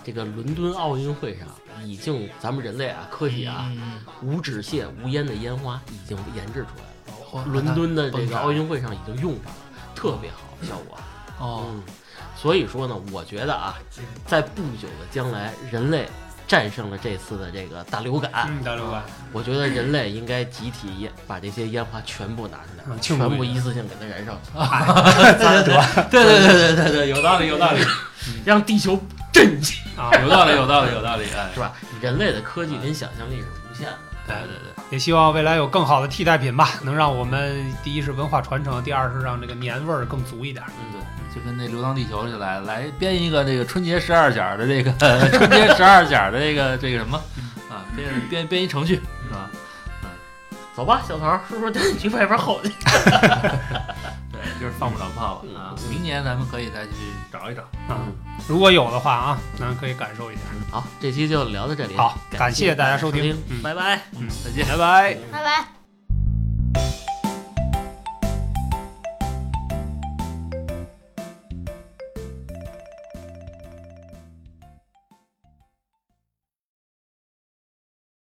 S2: 这个伦敦奥运会上，已经咱们人类啊，科技啊，
S3: 嗯
S2: 无纸屑、无烟的烟花已经研制出
S3: 啊
S2: 来
S4: 哇
S2: 了。伦敦的这
S4: 蹦
S2: 个
S4: 跶
S2: 奥运会上已经用上了，特别好效果。
S4: 哦，
S2: 嗯，所以说呢，我觉得啊，在不久的将来，人类战胜了这次的这个大流感。
S3: 嗯，大刘吧，
S2: 我觉得人类应该集体烟把这些烟花全部拿出来，
S3: 嗯庆祝
S2: 全
S3: 一下哎
S2: 部一次性给它燃烧，
S3: 啊
S4: 对对对对对对，有道理有道理
S2: 让地球震惊，
S3: 啊，
S4: 有道理有道理有道理，哎，
S2: 是吧？人类的科技跟想象力是无限的。
S4: 对对对。
S3: 也希望未来有更好的替代品吧，能让我们第一是文化传承，第二是让这个年味儿更足一点。
S4: 对，就跟那《流浪地球》似的，来来编一个这个春节十二角的这 个春节十二角的这个这个什么啊，编编编一程序是吧？
S2: 走吧，小曹，叔叔带你去外边吼去。
S4: 对，就是放不了炮了啊。明年咱们可以再去找一找。
S3: 嗯，如果有的话啊，咱可以感受一下。
S2: 好，这期就聊到这里。
S3: 嗯好，感谢大家
S2: 收
S3: 收听，嗯，
S2: 拜拜。
S3: 嗯
S4: 再见。
S3: 拜拜。
S1: 拜拜。